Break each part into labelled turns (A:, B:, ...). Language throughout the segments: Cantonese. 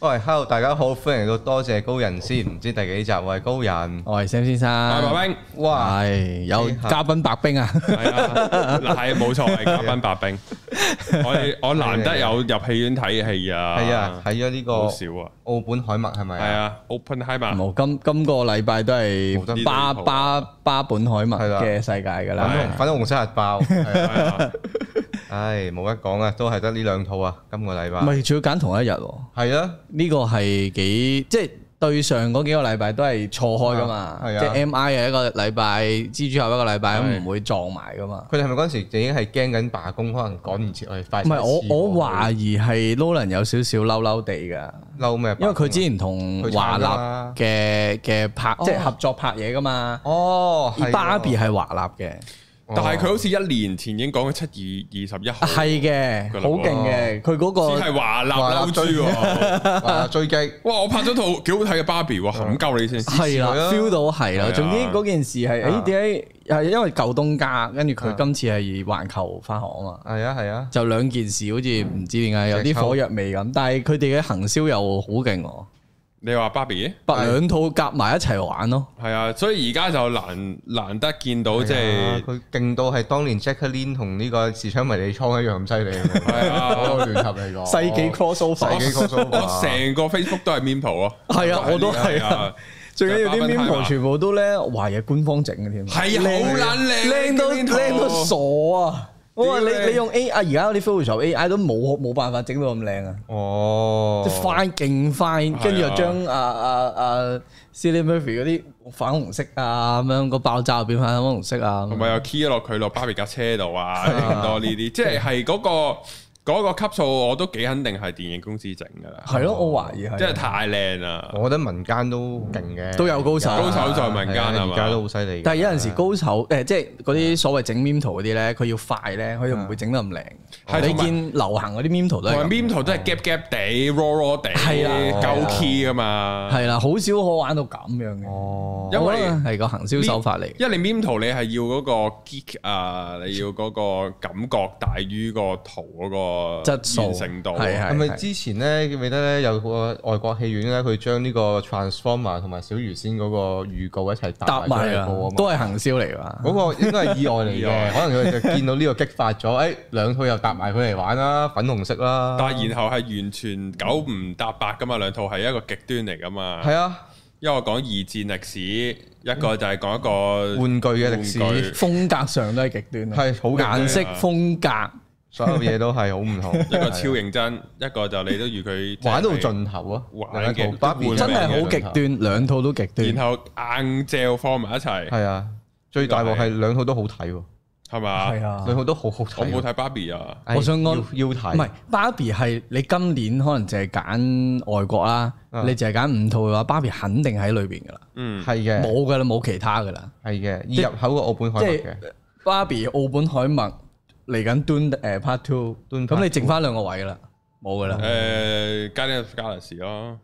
A: 喂，hello，大家好，歡迎到多謝高人先，唔知第幾集，我係高人。
B: 我係 Sam 先生，
C: 白冰，
A: 哇，
B: 係有嘉賓白冰啊，
C: 係啊，嗱係冇錯，係嘉賓白冰。我哋我難得有入戲院睇戲啊，
A: 係啊，睇咗呢個
C: 好少啊，
A: 澳本海默係咪
C: 係？啊，Open h i m e
B: 冇今今個禮拜都
A: 冇得
B: 係巴
C: 呢度
B: 巴巴本海默
A: 係啦
B: 嘅世界㗎
A: 粉
B: 啦
A: 紅，粉紅 色日爆，係啊
C: 啊，
A: 唉，冇得講啊，都係得呢兩套啊，今個禮
B: 唔
A: 拜。
B: 係仲要揀同一日喎，
A: 係啊，
B: 呢個係幾即係對上嗰幾個禮拜都係錯開㗎嘛，
A: 係
B: 即
A: 啊
B: 係 M I 嘅一個禮拜，蜘蛛俠一個禮拜
C: 係
B: 咁唔會撞埋㗎嘛。
A: 佢哋係咪嗰陣時已經係驚緊罷工，可能趕唔切，我哋快
B: 唔
A: 啲
B: 係
A: 試過
B: 我我懷疑係 Nolan 有少少嬲嬲地㗎，
A: 嬲咩罷工啊？
B: 因為佢之前同
A: 佢
B: 華
A: 撐㗎
B: 納
A: 嘛
B: 嘅嘅拍即係
A: 哦
B: 合作拍嘢㗎嘛，
A: 哦，係
B: 而
A: 喎
B: 芭比係華納嘅。
C: 但係佢好似一年前已經講咗七二二十一號，
B: 啊係嘅，
C: 佢
B: 好勁嘅，佢嗰
C: 先係
B: 個
C: 華納嬲豬喎。
A: 哇追 擊，
C: 哇！我拍咗套幾好睇嘅芭比喎，冚鳩你先。
B: 係啦
A: 佢啦
B: ，feel 到係
C: 係
B: 啦。
C: 啊
B: 總之嗰件事係，
A: 啊
B: 誒點解係因為舊東家，跟住佢
A: 啊
B: 今次係環球翻學啊嘛，
A: 係啊係啊，
B: 就兩件事好似唔知點解有啲火藥味咁，但係佢哋嘅行銷又好勁喎，
C: 你話芭比？
B: 把兩套夾埋一齊玩咯。
C: 係啊，所以而家就難難得見到即
A: 係啊
C: 係
A: 佢勁到係當年 Jacqueline 同呢個時昌迷你倉一樣咁犀利喎，
C: 係啊
A: 嗰個聯合嚟講，
B: 世紀 crossover，
A: 世紀 crossover
C: 我成個 Facebook 都係 Mimpo 咯。
B: 係啊，我都係啊。
C: 啊，
B: 最緊要啲
C: 就係
B: m
C: 巴
B: e m
C: 賓泰
B: o
C: 馬
B: 全部都咧，華日官方整嘅添，
C: 係啊好撚靚
B: 靚到
C: 啲 Mento
B: 靚到傻啊！我話
C: 哦屌
B: 你
C: 你
B: 你用 A I 而家嗰啲 Photoshop A I 都冇冇辦法整到咁靚啊！
A: 哦
B: 即，係快勁快，跟住又將啊啊啊 c i l i Murphy 嗰啲粉紅色啊咁樣個爆炸又變翻粉紅色啊，
C: 同埋又 key 咗落佢落芭比架車度啊，咁多呢 啲，即係係嗰個嗰個級數，我都幾肯定係電影公司整噶啦，
B: 係咯，我懷疑係啊
C: 即係太靚啦，
A: 我覺得民間都勁嘅，
B: 都有高手
C: 高手在民
A: 係
C: 間
A: 啊
C: 係
A: 而家都
C: 嘛？
A: 好犀利嘅。
B: 但係有陣時高手誒，即係嗰啲所謂整 meme 圖嗰啲咧，佢要快咧，佢又唔會整得咁靚。
C: 係
B: 你
C: 同埋
B: 見流行嗰啲 meme 圖都
C: 同
B: 係
C: 埋
B: 咁
C: meme 圖都係 gap gap 地 raw raw 地，
B: 係啊
C: 夠 key 噶嘛，
B: 係啦，好少可玩到咁樣嘅。
A: 哦，
C: 因為
B: 我覺得係個行銷手法嚟嘅。
C: 因為你 meme 圖你係要嗰個 geek 啊，你要嗰個感覺大於個圖嗰個
B: 質素
C: 完成度，啊
B: 係係
A: 係咪之前咧記唔記得咧有個外國戲院咧，佢將呢個 Transformer 同埋小魚仙嗰個預告一齊
B: 搭
A: 搭
B: 埋
A: 嚟哦
B: 啊
A: 播啊，嘛
B: 都。係行銷嚟㗎。
A: 嗰個應該係意外嚟
C: 意外
A: 嘅，可能佢就見到呢個激發咗，誒兩套又搭埋佢嚟玩啦，粉紅色啦，
C: 但係然後係完全九唔搭八噶嘛，兩套係一個極端嚟噶嘛，
A: 係啊，
C: 一個講二戰歷史，一個就係講一個
A: 玩具嘅歷史
C: 玩具
B: 風格上都係極端咯，
A: 係好極端
B: 顏色風格。
A: 所有嘢都係好 唔同，
C: 一個超認真，一個就你都預佢
A: 玩到，盡頭啊！
C: 玩嘅
A: 兩套芭比
C: 換
B: 真係好極
A: 兩套
B: 端，兩套都極端
C: 然。後硬嚼放埋一齊，
A: 係啊！最大鑊係兩套都好睇喎，
C: 係嘛？
B: 係啊，
A: 兩套都好好睇喎。
C: 我冇睇芭比啊，
A: 唉
B: 我想講
A: 要要睇，
B: 唔係芭比係你今年可能淨係揀外國啦，
A: 啊
B: 你淨係揀五套嘅話，芭比肯定喺裏邊㗎啦，
C: 嗯，
A: 係嘅，
B: 冇㗎啦，冇其他㗎啦。
A: 係嘅，易入口嘅澳本海
B: 即
A: 默
B: 係
A: 嘅，
B: 芭比、澳本海默嚟緊 Dune 誒 Part Two，
A: Dune
B: 咁
A: Part
B: 你剩翻兩個位㗎啦，冇㗎啦，
C: 誒 Guardians of the Galaxy 咯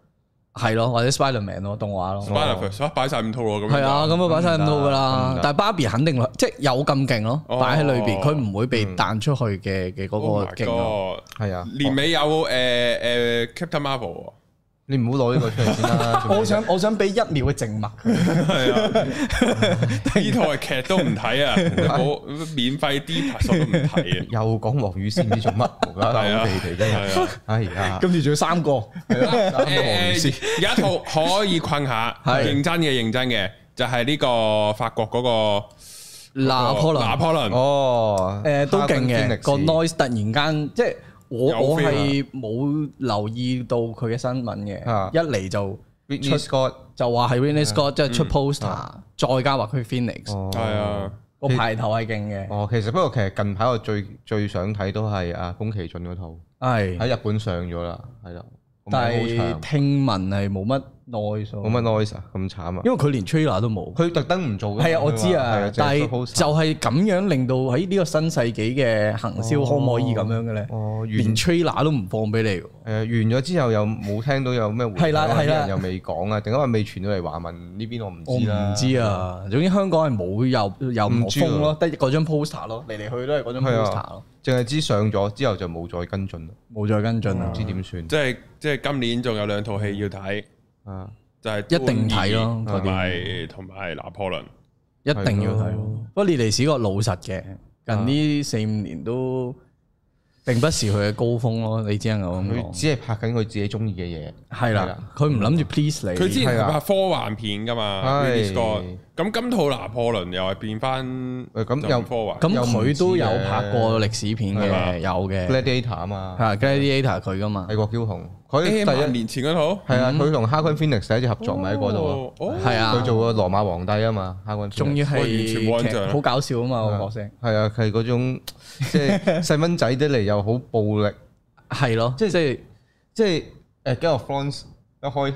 B: 係咯，或者 Spiderman 咯，動畫咯。
C: ，Spider-Verse 啊擺晒五套咯，咁樣
B: 係啊，咁啊擺晒五套噶
A: 唔
B: 啦
A: 得，
B: 但係芭比肯定即係有咁勁咯，
C: 哦
B: 擺喺裏邊，佢唔會被彈出去嘅嘅嗰
C: Oh
B: 個
C: my
B: 勁咯。
C: God，
A: 係啊，
C: 年尾有誒誒 Captain Marvel
A: 你唔好攞呢個出嚟先 啦。
B: 我想我想俾一秒嘅靜 默，
C: 喎，係啊， 呢套係劇都唔睇啊，冇免費 D 拍數都唔睇啊，
A: 又講黃雨仙唔知做乜，無啦
C: 係
A: 啦
C: 啊
A: 好地地真係，
C: 係啊。
A: 哎呀，
B: 今次仲要三個，
A: 三個黃雨仙
C: 誒有一套可以困下，
B: 係
C: 認真嘅認真嘅，就係呢個法國嗰個
B: 拿破
C: 拿
B: 崙
C: 破崙，
A: 哦，
B: 誒都勁
A: Carbon
B: 嘅
A: Phoenix
B: 個 noise 突然間即係我
C: 有
B: 我
C: feel 啊
B: 係冇留意到佢嘅新聞
A: 啊
B: 嘅，一嚟就
A: Britney Scott，
B: 就話係 Ridley Scott 即係出 poster，再加話佢 Phoenix
A: 嗯啊哦
C: 係。啊，
B: 個排頭係勁嘅，
A: 哦，其實不過其實近排我最最想睇都係阿宮崎駿嗰套
B: 係，
A: 喺日本上咗啦，係啦，
B: 但
A: 唔係好
B: 係
A: 長
B: 聽聞係冇乜 noise 咯
A: 冇乜 noise 啊，咁慘啊！
B: 因為佢連 trailer 都冇。
A: 佢特登唔做嘅。
B: 係啊，我知
A: 係
B: 啊，
A: 淨
B: 但
A: 係
B: 係
A: 出 poster
B: 就係咁樣令到喺呢個新世紀嘅行銷可唔可以咁樣嘅咧？
A: 哦，完
B: 連 trailer 都唔放俾你喎。
A: 誒完咗之後又冇聽到有咩回
B: 係啦
A: 響啊
B: 係
A: 啲
B: 啦
A: 人又未講啊，定因為未傳到嚟華文呢邊我唔
B: 我
A: 知啦。
B: 唔知啊，總之香港係冇又又唔
A: 唔知啊
B: 風咯，得嗰張 poster 咯，嚟嚟去都係嗰張
A: 係啊
B: poster 咯，
A: 淨係知上咗之後就冇再跟進啦，啊
B: 冇再跟進啦
A: 唔。知點算
C: 即係即係今年仲有兩套戲要睇，
A: 啊？
C: 就係
B: 一定睇咯
C: 同埋同埋拿破
A: 啊
C: 崙。
B: 一定要睇
A: 係
B: 喎
A: 咯。啊
B: 不過列尼史個老實嘅，近呢四五年都並不是佢嘅高峰咯。你只能夠咁
A: 佢
B: 講，
A: 只係拍緊佢自己中意嘅嘢，
B: 係
A: 係啊
B: 啦
A: 啦，
B: 佢唔諗住 please 你。
C: 佢之前
A: 係
C: 係
A: 啊
C: 拍科幻片噶嘛
A: 係
C: r e s c o t 咁今套拿破崙又係變翻
A: 誒咁
C: 就
A: 又
C: 科幻，
B: 咁
A: 又唔
B: 佢都
A: 知
B: 有
A: 嘅
B: 拍過歷史片
C: 係嘛
B: 嘅，有嘅。
A: Gladiator 啊嘛，
B: 係 Gladiator 佢噶嘛
A: 美，國梟雄，佢
C: 誒
A: 第
C: 萬
A: 一
C: 年前嗰套
A: 係
B: 嗯
A: 啊，佢同哈昆 Phoenix 第一次合作咪喺嗰度啊，
C: 度啊
B: 係啊
A: 佢做個羅馬皇帝啊嘛，哈昆 Phoenix。
B: 仲要
C: 我完全冇印象
B: 係好搞笑啊嘛個角色，
A: 係啊，佢係嗰 種即係細蚊仔啲嚟又好暴力，
B: 係咯，即係
A: 即係誒《Game of Thrones》一開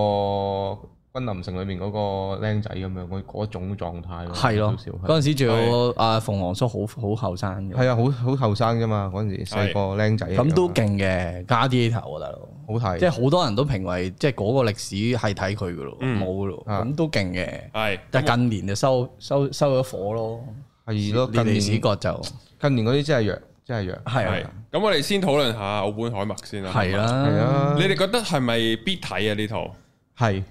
A: 頭嗰個君臨城裏面嗰個僆仔咁樣嗰嗰種狀態咯，
B: 係咯
A: 有少，少係
B: 嗰陣時仲有阿鳳凰叔好好後生嘅，
A: 係啊，好好後生啫嘛，嗰陣時細個僆仔嚟㗎嘛
B: 咁都勁嘅 Gladiator 啊大佬。
A: 好
B: 即係
A: 睇，
B: 好多人都評為即係嗰個歷史係睇佢噶咯，
C: 嗯
B: 冇噶咯，
A: 啊
B: 咁都勁嘅。
C: 係，
B: 但係近年就收收收咗火咯，
A: 係咯，
B: 列
A: 近
B: 尼史
A: 年
B: 角就
A: 近年嗰啲真係弱，真係弱，
B: 係
C: 係
B: 啊
C: 咁我哋先討論下奧本海默先啦。
B: 係
A: 係
B: 啦，
A: 啊
C: 你，哋覺得係咪必睇啊？呢套
A: 係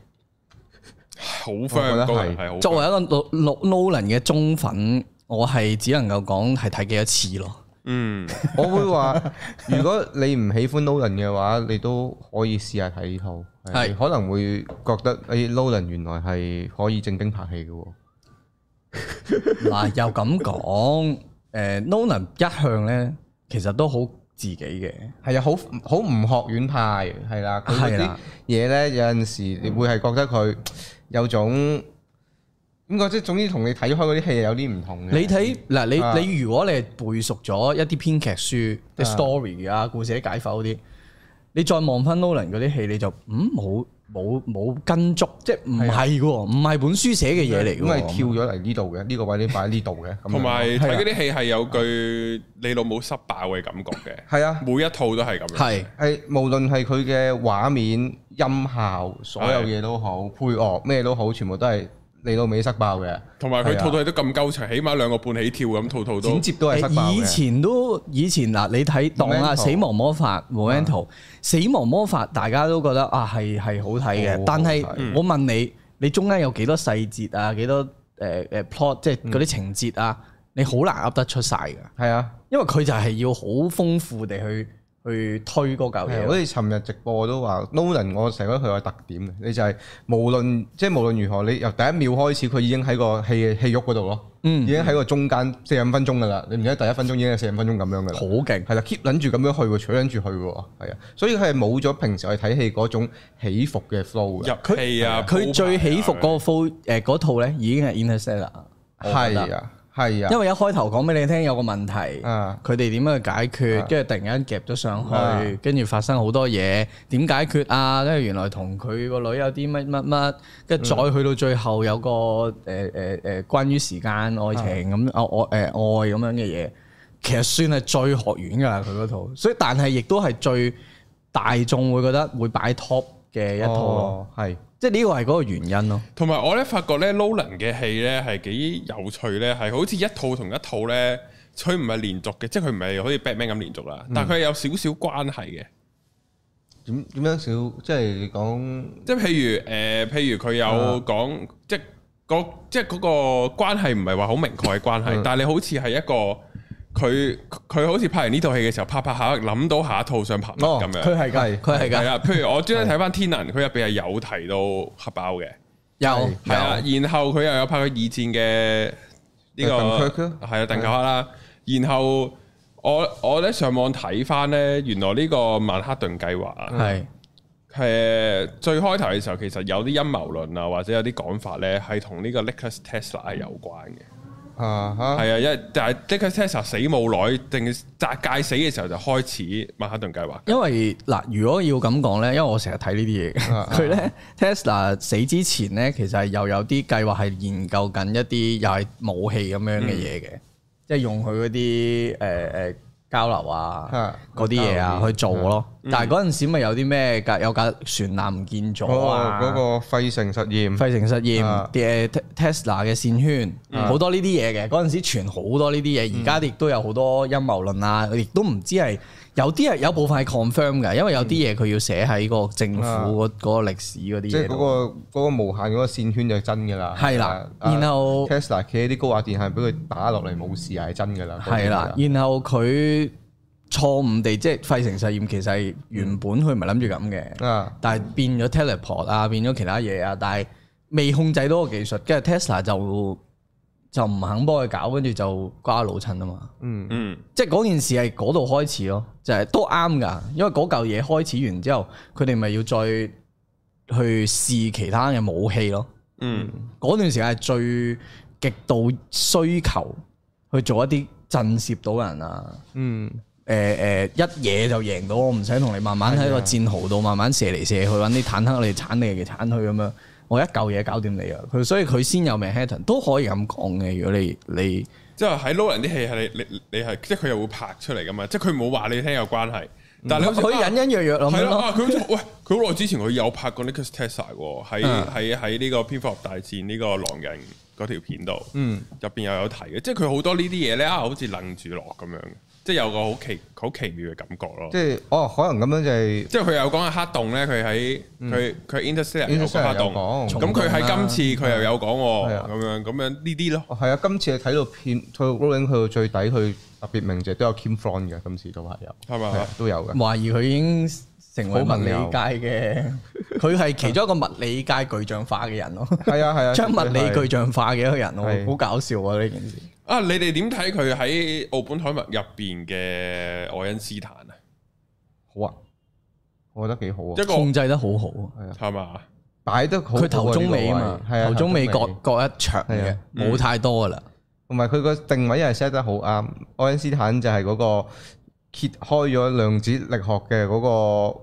C: 好
A: 我覺
C: firm
A: 得
C: 高
A: 係
C: 人係好
B: 作為一個諾諾 Nolan 嘅忠粉，我係只能夠講係睇幾多次 咯。
C: 嗯
A: 我會話，如果你唔喜歡 Nolan 嘅話，你都可以試下睇呢套，
B: 係
A: 可能會覺得誒 Nolan 原來係可以正經拍戲嘅喎。
B: 嗱，又咁講，誒 Nolan 一向咧其實都好自己嘅，
A: 係啊，好好唔學院派啊係啦，佢嗰
B: 係
A: 啲
B: 啦
A: 嘢咧有陣時你會係覺得佢有種應該即係總之同你睇開嗰啲戲有啲唔同嘅。
B: 你睇嗱，
A: 啊
B: 你你如果你係背熟咗一啲編劇書、啲 story 啊、故事解剖嗰啲，你再望翻 Nolan 嗰啲戲，你就嗯冇冇冇跟足，即係唔係嘅喎，唔係本書寫嘅嘢嚟嘅
A: 咁啊係
B: 喎。
A: 跳咗嚟呢度嘅，呢個位你擺喺呢度嘅，咁樣
C: 同埋睇嗰啲戲係有句你老母塞爆嘅感覺嘅，
A: 係啊，
C: 每一套都係咁樣。
B: 係
A: 係無論係佢嘅畫面、音效，所有嘢都好，配樂咩都好，全部都係你到尾塞爆嘅，
C: 同埋佢
A: 係啊
C: 套套戲都咁鳩長，起碼兩個半起跳咁，套套都
A: 剪接都係塞爆
B: 誒以
A: 嘅。
B: 前都以前嗱，你睇當啊《
A: Memento 啊
B: 死亡魔法》Memento，《死亡魔法》大家都覺得啊係係好睇
A: 好
B: 嘅
A: 好，
B: 但係
A: 睇嗯
B: 我問你，你中間有幾多細節啊？幾多誒誒 plot 即係
A: 嗯
B: 嗰啲情節啊？你好難噏得出晒㗎。
A: 係啊，
B: 因為佢就係要好豐富地去去推嗰嚿
A: 係啊好
B: 嘢。
A: 似尋日直播都話 Nolan，我成日覺得佢有特點嘅，你就係無論即係無論如何，你由第一秒開始，佢已經喺個戲戲肉嗰度咯，已
B: 嗯，
A: 經喺個中間四十五分鐘噶啦，你唔記得第一分鐘已經係四十五分鐘咁樣噶啦
B: 好，勁，
A: 係啦，keep 撚住咁樣去喎，取撚住去喎，係啊，所以佢係冇咗平時去睇戲嗰種起伏嘅 flow 嘅，
C: 入戲啊，
B: 佢最起伏
C: 嗰
B: 嗰個 full 誒嗰套咧已經係 Interstellar。我覺得
A: 係，啊，係啊，
B: 因為一開頭講俾你聽有個問題。
A: 啊，
B: 佢哋點樣去解
A: 啊
B: 決？跟住突然間夾咗上去
A: 啊，
B: 跟住發生好多嘢，點解決啊？跟住原來同佢個女有啲乜乜乜，跟住再去到最後有個誒誒誒關於時間、愛情咁啊愛誒愛咁樣嘅嘢，其實算係最學院㗎啦佢嗰套，所以但係亦都係最大眾會覺得會擺 top 嘅一套咯，
A: 哦，係，
B: 即係呢個係嗰個原因咯。
C: 同埋我咧發覺咧 Nolan 嘅戲咧係幾有趣咧，係好似一套同一套咧，佢唔係連續嘅，即係佢唔係好似 Batman 咁連續啦，但係佢係有少少關係嘅，
A: 點點樣少，即係你講
C: 即係譬如誒、呃譬如佢有
A: 啊
C: 講即係嗰即係嗰個關係唔係話好明確嘅關係，
A: 嗯
C: 但係你好似係一個。佢佢好似拍完呢套戲嘅時候，拍拍下諗到下一套想拍乜
A: 哦
C: 咁樣，
B: 佢係㗎，
A: 係
B: 佢係
C: 係
B: 㗎，
C: 啦，譬如我專登睇翻《天能》，佢入邊係有提到黑包嘅，
B: 有
C: 係啊
B: 有，
C: 然後佢又有拍過二戰嘅呢
A: 鄧
C: 個
A: 卻克
C: 係啊，鄧寇克啦。然後我我咧上網睇翻咧，原來呢個曼克頓計劃啊，
B: 係
C: 係呃最開頭嘅時候，其實有啲陰謀論啊，或者有啲講法咧，係同呢個 Nicholas Tesla 係有關嘅。
A: 啊哈，
C: 係啊，因為但係 d i c k Tesla 死冇耐，定扎界死嘅時候就開始曼哈頓計劃。
B: 因為嗱，如果要咁講咧，因為我成日睇呢啲嘢
A: 啊
B: 嘅，佢咧 Tesla 死之前咧，其實係又有啲計劃係研究緊一啲又係武器咁樣嘅
A: 嗯
B: 嘢嘅，即係用佢嗰啲誒誒交流啊
A: 啊
B: 嗰啲嘢啊
A: 交流嗯
B: 去做咯。但係嗰陣時咪有啲咩架有架船艦唔
A: 嗰
B: 見咗啊
A: 個嗰個費城實驗，
B: 費城實驗
A: 嗯啊嗯
B: 嘅 Te- Tesla 嘅線圈，好多呢啲嘢嘅。嗰陣時傳好多呢啲嘢，而家亦都有好多陰謀論啊，亦都唔知係有啲係有部分係 confirm 嘅，因為有啲嘢佢要寫喺個政府嗰嗰個歷史嗰啲
A: 啊即係
B: 嘢
A: 嗰
B: 度。
A: 個嗰個無限嗰個線圈就係真㗎啦。
B: 係啦
A: 啊
B: 然後
A: Tesla 企喺啲高壓電係俾佢打落嚟冇事啊係真㗎啦。
B: 係啦，然後佢錯誤地即係費城實驗，其實係原本佢唔係諗住咁嘅。
A: 啊
B: 但係變咗 teleport 啊，變咗其他嘢啊，但係未控制到個技術，跟住 Tesla 就就唔肯幫佢搞，跟住就瓜老襯啊嘛。
A: 嗯
C: 嗯，
B: 即係嗰件事係嗰度開始咯，就係、都啱㗎，因為嗰嚿嘢開始完之後，佢哋咪要再去試其他嘅武器咯。
C: 嗯，
B: 嗰段時間係最極度需求去做一啲震懾到人啊。
A: 嗯
B: 誒誒、呃一嘢就贏到，我唔使同你慢慢喺個戰壕度慢慢射嚟射去，揾啲坦克嚟鏟嚟鏟去咁樣，我一嚿嘢搞掂你啊！佢所以佢先有 Manhattan 都可以咁講嘅。如果你你
C: 即係喺 Nolan 啲戲係你你你係，即係佢又會拍出嚟噶嘛，即係佢冇話你聽有關係，但係你好似
B: 佢隱隱約約咁
C: 係
B: 樣
C: 咯，
B: 咯，
C: 啊佢好似 喂，佢好耐之前佢有拍過 Nicholas Tesla 喎，喺
A: 嗯
C: 喺喺呢個蝙蝠俠大戰呢個狼人嗰條片度，
A: 嗯，
C: 入邊又有提嘅，即係佢好多呢啲嘢咧，啊，好似愣住落咁樣，即係有個好奇好奇妙嘅感覺咯
A: 即。係哦，可能咁樣就係
C: 即係佢有講嘅黑洞咧，佢喺佢佢 Interstellar 有個
A: 嗯 Interstellar
C: 黑
A: 有講啊
C: 洞，咁佢喺今次佢又有講
A: 係
C: 喎，
A: 啊
C: 咁樣咁樣呢啲咯，
A: 哦係啊！今次係睇到片，去到 rolling 去到最底，佢特別名就都有 Kim Fron 嘅，今次都係有，
C: 係嘛
A: 係啊都有嘅。
B: 懷疑佢已經成為
A: 好
B: 物
A: 朋
B: 理
A: 友
B: 界嘅，佢係其中一個物理界具象化嘅 人咯，
A: 係啊係啊，
B: 將物
A: 絕
B: 理
A: 對係
B: 具象化嘅一個人
A: 係
B: 咯，好搞笑啊！呢件事
C: 啊，你哋點睇佢喺奧本海默入邊嘅愛因斯坦啊？
A: 好啊，我覺得幾好啊
C: 一，個
B: 控制得好好啊！
C: 係嘛？
A: 擺得好好啊。
B: 佢頭中尾
A: 呢個位係
B: 啊嘛，
A: 啊
B: 頭中尾各
A: 頭
B: 各一場
A: 係
B: 嘅
A: 啊，
B: 冇太多噶啦。
A: 同埋佢個定位又係 set 得好啱。愛因斯坦就係嗰個揭開咗量子力學嘅嗰個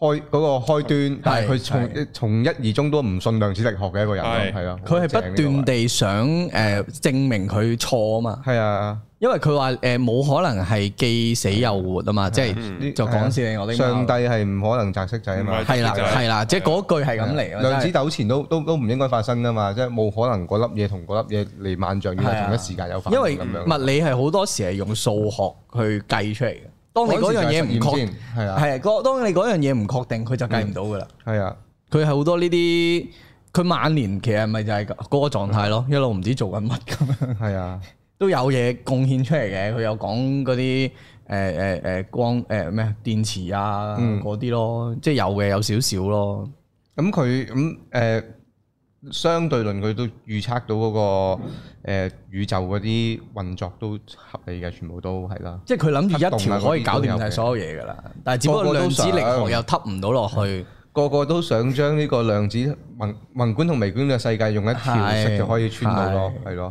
A: 開嗰個開端，但係佢從
B: 係
A: 從一而終都唔信量子力學嘅一個人
C: 係
A: 咯，係啊，
B: 佢係
A: 好正呢
B: 不
A: 個位
B: 斷地想誒、呃、證明佢錯啊嘛，
A: 係啊，
B: 因為佢話誒冇可能係既死又活啊嘛，即
A: 呢啊
B: 係就講笑你我啲
A: 嗯上帝係唔可能擲色仔啊嘛
C: 嗯唔。
B: 係啦
C: 就係
B: 係啦，即係嗰句係咁嚟啊，
A: 嗯量子
B: 真係
A: 糾纏都都都唔應該發生噶嘛，即係冇可能嗰粒嘢同嗰粒嘢離萬象遠
B: 係
A: 係
B: 啊
A: 同一時間有發生
B: 因為
A: 咁樣。
B: 物理係好多時係用數學去計出嚟嘅，當你嗰樣嘢唔
A: 嗰陣時就係實驗
B: 確
A: 先係啊
B: 係啊嗰，當你嗰樣嘢唔確定，佢就計唔到噶啦。
A: 係啊，
B: 佢係好多呢啲，佢晚年其實咪就係嗰個狀態咯，
A: 嗯
B: 一路唔知做緊乜咁樣。
A: 係啊，
B: 都有嘢貢獻出嚟嘅，佢有講嗰啲誒誒誒光誒咩、電池啊
A: 嗯
B: 嗰啲咯，即係有嘅有少少咯，
A: 咁佢咁誒相對論佢都預測到嗰個呃宇宙嗰啲運作都合理嘅，全部都係啦。
B: 即係佢諗住一
A: 黑洞啊
B: 條可以搞
A: 嗰啲
B: 掂
A: 都有
B: 晒
A: 嘅
B: 所有嘢㗎啦，但係只不
A: 個
B: 過
A: 個都
B: 量子力
A: 想
B: 學又吸唔到落去，
A: 個個都想將呢個量子宏宏觀同微觀嘅世界用一條
B: 係
A: 式就可以穿到咯，係咯。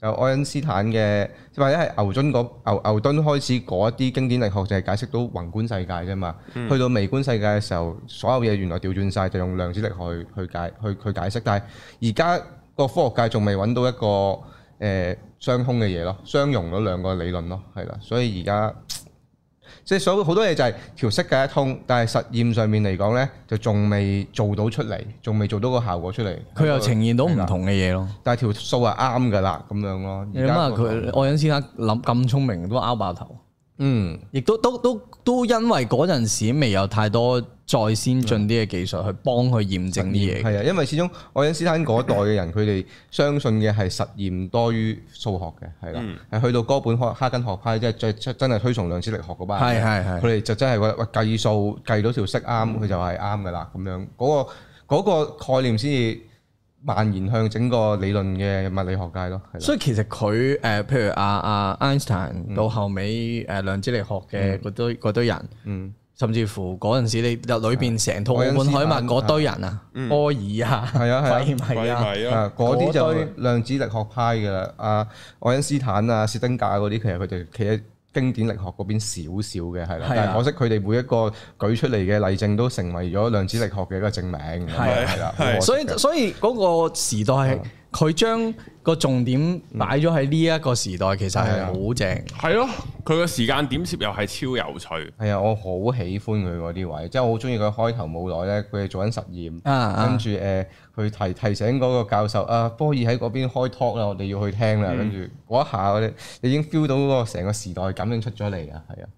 A: 就愛因斯坦嘅，或者係牛頓嗰牛牛頓開始嗰一啲經典力學就係解釋到宏觀世界啫嘛。去到微觀世界嘅時候，所有嘢原來調轉晒，就用量子力學去去解去去解釋。但係而家個科學界仲未揾到一個誒、呃相通嘅嘢咯，相容咗兩個理論咯，係啦。所以而家即係所有好多嘢就係條式計得通，但係實驗上面嚟講呢，就仲未做到出嚟，仲未做到個效果出嚟。
B: 佢又呈現到
A: 係
B: 唔
A: 啦
B: 同嘅嘢咯。
A: 但係條數係啱㗎啦，咁樣咯。
B: 你
A: 而
B: 諗
A: 家
B: 下
A: 個講
B: 佢愛因斯坦諗咁聰明都拗爆頭，
A: 嗯
B: 亦都都都都因為嗰陣時未有太多再先進啲嘅技術去幫佢驗證啲嘢嘅，
A: 係啊，因為始終愛因斯坦嗰代嘅人，佢哋相信嘅係實驗多於數學嘅，係啦。係、
B: 嗯
A: 去到哥本哈哈根學派，即係最真真係推崇量子力學嗰班人。
B: 係係係
A: 佢。哋就真係喂喂計數計到條式啱，佢就係啱噶啦咁樣。嗰、個嗰個概念先至蔓延向整個理論嘅物理學界咯，係啦。嗯
B: 所以其實佢誒、呃譬如阿阿 Einstein 到後尾誒、呃量子力學嘅嗰堆嗰堆人，
A: 嗯，
B: 甚至乎嗰陣時你入裏邊成套澳
A: 愛因
B: 本
A: 斯
B: 海
A: 坦
B: 默嗰堆人啊，
C: 嗯
B: 柯爾啊，
A: 係啊係啊
B: 費米啊，
C: 咪啊，
A: 啊嗰啲
B: 嗰
A: 就
B: 堆
A: 量子力學派嘅啦，啊愛因斯坦啊、薛丁格嗰啲，其實佢哋企喺經典力學嗰邊少少嘅，係啦。
B: 係啊
A: 但係可惜佢哋每一個舉出嚟嘅例證都成為咗量子力學嘅一個證明，
B: 係
A: 係啦。
C: 係
B: 所以所以嗰個時代
A: 啊
B: 係佢將個重點
A: 嗯
B: 擺咗喺呢一個時代，其實係
A: 啊
B: 好正。
C: 係咯，佢個時間點攝又係超有趣。
A: 係啊，我好喜歡佢嗰啲位，即係我好中意佢開頭冇耐咧，佢哋做緊實驗，
B: 啊啊
A: 跟住誒佢提提醒嗰個教授啊，波爾喺嗰邊開 talk 啦，我哋要去聽
B: 嗯
A: 啦，跟住嗰一下我哋你已經 feel 到嗰個成個時代感已經出咗嚟啊，係啊，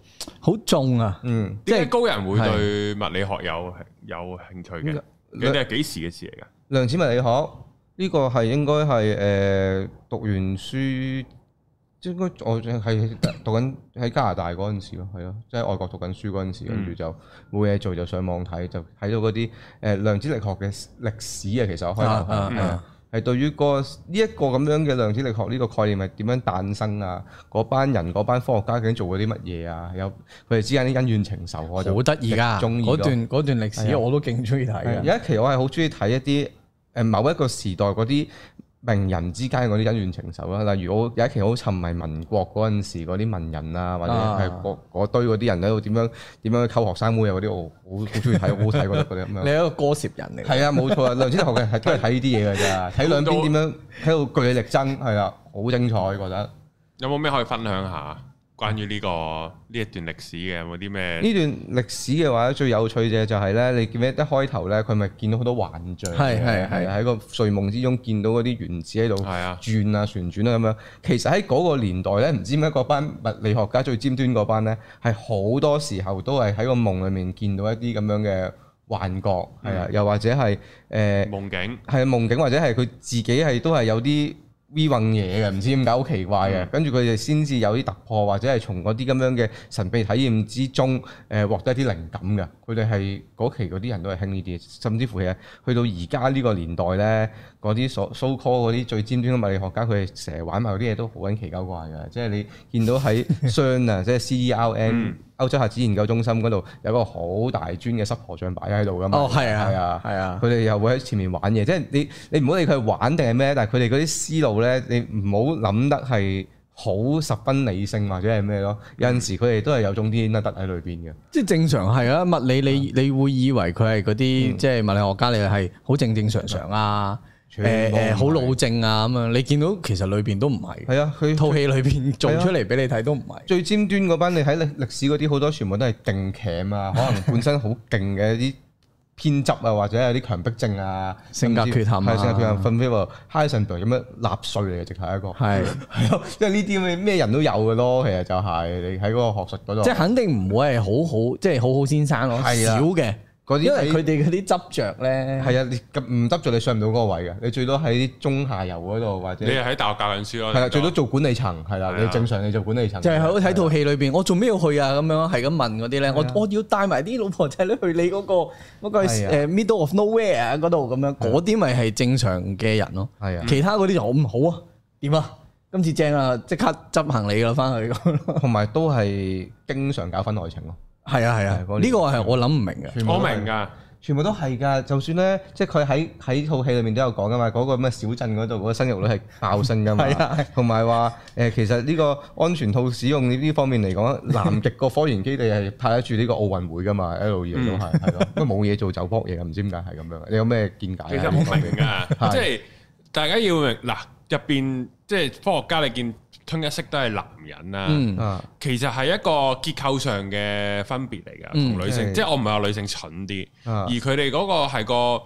B: 好好重啊！
A: 嗯，
C: 即係高人會對物理學有有興趣嘅，你哋係幾時嘅事嚟㗎？
A: 量子物理學呢、個係應該係誒、呃、讀完書，即係應該我係讀緊喺加拿大嗰陣時咯，係咯，即係外國讀緊書嗰陣時，
B: 嗯
A: 跟住就冇嘢做就上網睇，就睇到嗰啲誒量子力學嘅歷史啊，其實我開頭
B: 啊啊
A: 係啊
B: 啊
A: 係對於個呢一個咁樣嘅量子力學呢個概念係點樣誕生啊？嗰班人嗰班科學家究竟做過啲乜嘢啊？有佢哋之間啲恩怨情仇，我就
B: 好得意噶，
A: 中意咯
B: 嗰段嗰段歷
A: 係啊
B: 史我都勁中意睇
A: 係
B: 嘅。
A: 有一期我係好中意睇一啲誒某一個時代嗰啲名人之間嗰啲恩怨情仇啦，例如我有一期好沉迷民國嗰陣時嗰啲文人啊，或者
B: 啊
A: 係嗰嗰堆嗰啲人喺度點樣點樣去溝學生妹啊嗰啲，我好好中意睇，好好睇嗰啲嗰啲咁
B: 你
A: 樣。
B: 係一個歌涉人嚟嘅，
A: 係啊，冇錯啊，梁子豪 嘅係都係睇呢啲嘢㗎咋，睇兩邊點樣喺度據理力爭，係啊，好精彩覺得。
C: 有冇咩可以分享下關於呢個呢一段歷史嘅？有冇啲咩？
A: 呢段歷史嘅話，最有趣嘅就係咧，你記唔記得一開頭咧，佢咪見到好多幻象嘅，啊
B: 係係係
A: 喺個睡夢之中見到嗰啲原子喺度
C: 係啊
A: 轉啊旋轉啊咁樣。其實喺嗰個年代咧，唔知點解嗰班物理學家最尖端嗰班咧，係好多時候都係喺個夢裡面見到一啲咁樣嘅幻覺，係啊，又或者係誒。呃
C: 夢境
A: 係夢境或者係佢自己係都係有啲 V 運嘢嘅，唔知點解好奇怪嘅。跟住佢哋先至有啲突破，或者係從嗰啲咁樣嘅神秘體驗之中，誒、獲得一啲靈感嘅。佢哋係嗰期嗰啲人都係興呢啲，甚至乎係去到而家呢個年代咧，嗰啲所 so call 嗰啲最尖端嘅物理學家，佢哋成日玩埋嗰啲嘢都好撚奇鳩怪嘅。即係你見到喺 CERN 啊，即係 CERN
C: 嗯
A: 歐洲核子研究中心嗰度有個好大磚嘅濕婆像擺喺度㗎嘛。
B: 哦係啊
A: 係啊，
B: 係啊
A: 佢哋又會喺前面玩嘢，即係你你唔好理佢係玩定係咩，但係佢哋嗰啲思路咧，你唔好諗得係好十分理性或者係咩咯。有陣時佢哋都係有種天得得喺裏邊嘅，
B: 即係正常係啊。物理你
A: 嗯
B: 你會以為佢係嗰啲即係物理學家，你係好正正常常啊，
A: 嗯全
B: 誒
A: 部唔係
B: 誒好老正啊咁樣。你見到其實裏邊都唔係，
A: 係啊，佢
B: 套戲裏邊做出嚟俾你睇都唔係。
A: 最尖端嗰班，你喺歷歷史嗰啲好多全部都係勁鉗 啊，可能本身好勁嘅一啲偏執啊，或者有啲強迫症啊，
B: 性格缺陷啊
A: 係性格缺陷分飛喎 h i s e n b e r 咁樣納粹嚟嘅，直係一個
B: 係，
A: 係咯，即係呢啲咩咩人都有嘅咯，其實就係、你喺嗰個學術嗰度，
B: 即係肯定唔會係好好，即係好好先生咯，
A: 係啊
B: 少嘅，
A: 嗰啲
B: 因為佢哋嗰啲執着咧，
A: 係啊，你咁唔執着你上唔到嗰個位嘅，你最多喺中下游嗰度或者
C: 你係喺大學教緊書咯，
A: 係啦，啊最
C: 你
A: 多
C: 講
A: 做管理層係
C: 係
A: 啦，
C: 啊
A: 你正常你做管理層
B: 就係喺睇套
A: 係
B: 戲裏邊，我做咩要去啊？咁樣係咁問嗰啲咧，我我要帶埋啲老婆仔女去你嗰個嗰個
A: 啊係啊
B: 誒 middle of nowhere 啊嗰度咁樣，嗰啲咪係正常嘅人咯。
A: 係啊
B: 其他嗰啲就唔好啊，點啊？今次正啊，即刻執行李啦，翻去 咁咯。
A: 啊同埋都係經常搞婚外情咯，
B: 係啊係啊，
A: 係
B: 呢
A: 嗰嗯
B: 個
A: 年
B: 係我諗唔明嘅。
A: 都
C: 我
A: 係啊
C: 明㗎，
A: 全部都係㗎。就算咧，即係佢喺喺套戲裏面都有講㗎嘛，嗰、個咩小鎮嗰度嗰個生育率係爆升㗎
B: 係啊
A: 嘛，同埋話誒其實呢個安全套使用呢方面嚟講，南極個科研基地係派得住呢個奧運會㗎嘛，一路以嚟都係係 咯，因為冇嘢做走波嘢，唔知點解係咁樣。你有咩見解啊？
C: 其實我明㗎，
A: 係
C: 即係大家要明嗱入邊即係科學家，你見吞一色都係男人啊。
B: 嗯，
A: 啊
C: 其實係一個結構上嘅分別嚟㗎，
B: 嗯
C: 同女性，
A: 係
C: 即係我唔係話女性蠢啲，
A: 啊
C: 而佢哋嗰個係個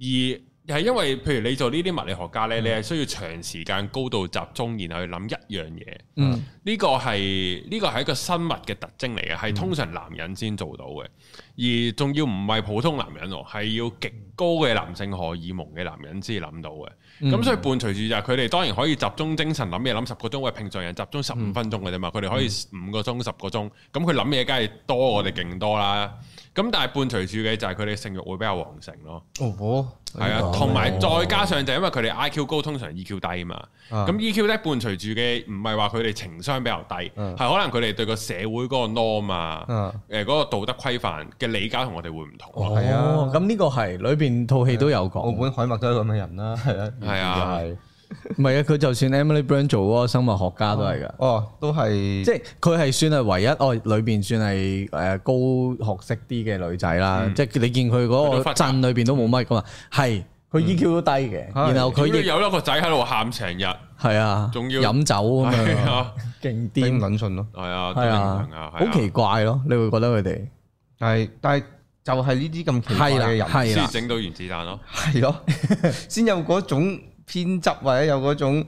C: 而係因為，譬如你做呢啲物理學家呢，你係需要長時間高度集中，然後去諗一樣嘢。
B: 嗯，
C: 呢個係呢個係一個生物嘅特徵嚟嘅，係通常男人先做到嘅，而仲要唔係普通男人喎，係要極高嘅男性荷爾蒙嘅男人先諗到嘅。咁、所以伴隨住就係佢哋當然可以集中精神諗嘢諗十個鐘，喂平常人集中十五分鐘嘅啫嘛，佢哋可以五個鐘十個鐘，咁佢諗嘢梗係多我哋勁多啦。咁但係伴隨住嘅就係佢哋性欲會比較旺盛咯，
A: 哦，
C: 係啊，同埋再加上就係因為佢哋 I Q 高，通常 E Q 低嘛，
A: 啊
C: 咁 E Q 低伴隨住嘅唔係話佢哋情商比較低，係、
A: 嗯
C: 可能佢哋對個社會嗰個 norm 啊，誒嗰、
A: 啊
C: 個道德規範嘅理解同我哋會唔同咯，
A: 係啊
B: 哦，咁呢個係裏邊套戲都有講。
A: 澳本海默都係咁啊嘅人啦，係啊，
C: 係啊
A: 完全就係，
B: 唔係啊，佢就算 Emily Blunt 做嗰個生物學家都係㗎，
A: 哦，都係
B: 即係佢係算係唯一哦裏邊算係誒高學識啲嘅女仔啦。
A: 嗯
B: 即係你見佢嗰
C: 去
B: 個
C: 到忽
B: 鎮裏邊都冇乜㗎嘛，係佢 EQ 都低嘅，
A: 嗯係
B: 然後佢
C: 佢
B: 亦
C: 有一個仔喺度喊成日，
B: 係啊，
C: 仲要
B: 飲酒咁
C: 係
B: 樣，
C: 啊，
B: 勁
A: 頂唔
B: 癲
A: 撚順咯。
C: 係啊，
B: 係啊
C: 都正常，係
B: 好奇怪咯，你會覺得佢哋
A: 但係但係就係呢啲咁奇怪
B: 係
A: 嘅
B: 啦
A: 人，
B: 係
C: 先
B: 啦
C: 至。整到原子彈咯，
A: 係咯， 先有嗰種偏執或者有嗰種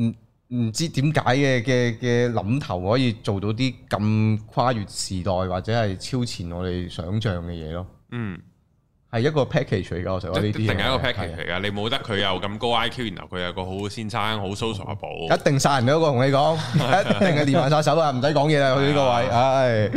A: 唔唔知點解嘅嘅嘅諗頭，可以做到啲咁跨越時代或者係超前我哋想象嘅嘢咯。
C: 嗯，
A: 係一個 package 嚟㗎，我成日話
C: 一
A: 呢
C: 定
A: 啲啊
C: 係一個
A: 嘢
C: package 嚟噶，你冇得佢又咁高 I Q，然後佢有個好好先生，好 sociable，
A: 係一定殺人嗰個同你 講，一定係連環殺手啊！唔使講嘢啦，去呢個位，唉，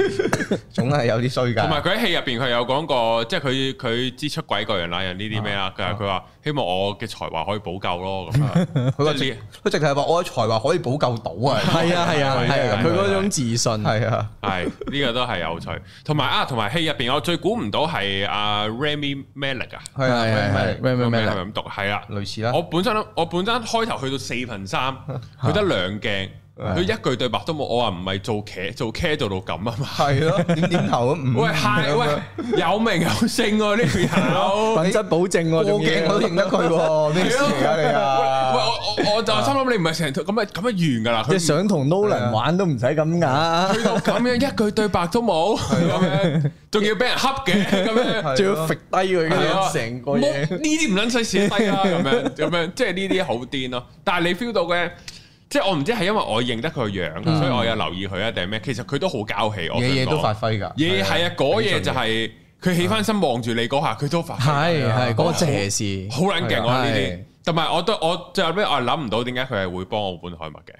A: 總係有啲衰
C: 啊同
A: 㗎。
C: 埋佢喺戲入邊，佢有講過，即係佢佢知出軌個人啦，有呢啲咩啦，佢話佢話希望我嘅才華可以補救咯，咁啊，
A: 佢話
C: 即係呢
A: 佢直頭係話我嘅才華可以補救到啊！
B: 係啊係啊係啊，佢嗰種自信係
A: 係啊，
C: 係呢個都係有趣。同埋啊，同埋戲入邊，我最估唔到係阿 Remy Malek 啊，
A: 係啊，
B: 係
A: 係
B: 咩咩
C: 個名
B: 咩
C: 係咪
B: 嚟？
C: 咁讀？係啦，
A: 類似啦
C: 我。本身我本身開頭去到四分三，佢得兩鏡，佢一句對白都冇。我話唔係做茄做茄做到咁啊嘛。
A: 係咯，點點頭咁。唔
C: 喂，係喂，有名有姓喎呢條友。
B: 品質保證喎，
A: 過
B: 仲
A: 鏡
B: 要
A: 我都認得佢喎，咩事嚟㗎你
C: 喂，
A: 啊？
C: 我我我就心諗你唔係成套咁啊咁啊完噶啦，佢
B: 你
C: 唔
B: 想同 Nolan 玩都唔使咁噶，
C: 咁樣一句對白都冇，咁樣仲要俾人恰嘅，咁樣
B: 仲要揈低佢，跟
C: 係啊
B: 住成個嘢
C: 冇呢啲唔撚使寫低啦，咁樣咁樣，即係呢啲好癲咯。但係你 feel 到嘅，即係我唔知係因為我認得佢個樣，所以我有留意佢啊，定係咩？其實佢都好交氣，我想
A: 嘢嘢都
C: 講
A: 發揮㗎，
C: 嘢係啊，嗰嘢就
A: 係
C: 係佢起翻身望住你嗰下，佢都發揮
B: 係係嗰個斜視，
C: 好撚勁啊！呢啲
B: 係，
C: 同埋我都我最後尾我係諗唔到點解佢係會幫奧本海默嘅，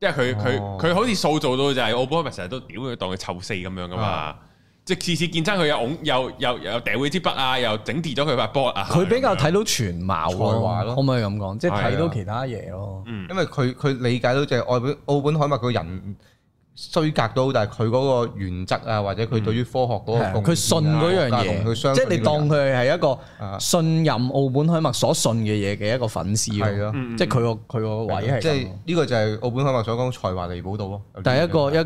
C: 因為佢佢
A: 哦
C: 佢好似塑造到就係奧本海默成日都屌佢當佢臭四咁樣噶嘛，即係次次見親佢又拱又又又掉佢支筆啊，又整跌咗佢塊波啊，
B: 佢比較睇到全貌啊
A: 才華咯
B: 咯，可唔可以咁講？即係睇
A: 係啊
B: 到其他嘢咯。
A: 因為佢佢理解到就係愛本澳本海默個人衰格都好，但係佢嗰個原則啊，或者佢對於科學嗰個
B: 係
A: 貢獻啊
B: 佢信嗰樣
A: 同佢
B: 嘢，
A: 相
B: 即
A: 信
B: 係你
A: 呢個人
B: 當佢係一
A: 啊
B: 個信任澳本海默所信嘅嘢嘅一個粉絲
A: 係咯
B: 咯
A: 嗯，
B: 即係佢個佢個位係
A: 即係嗯
B: 咁。
A: 呢個就係澳本海默所講才華彌補到咯。有啲
B: 但係
A: 咁
B: 一
A: 樣
B: 個一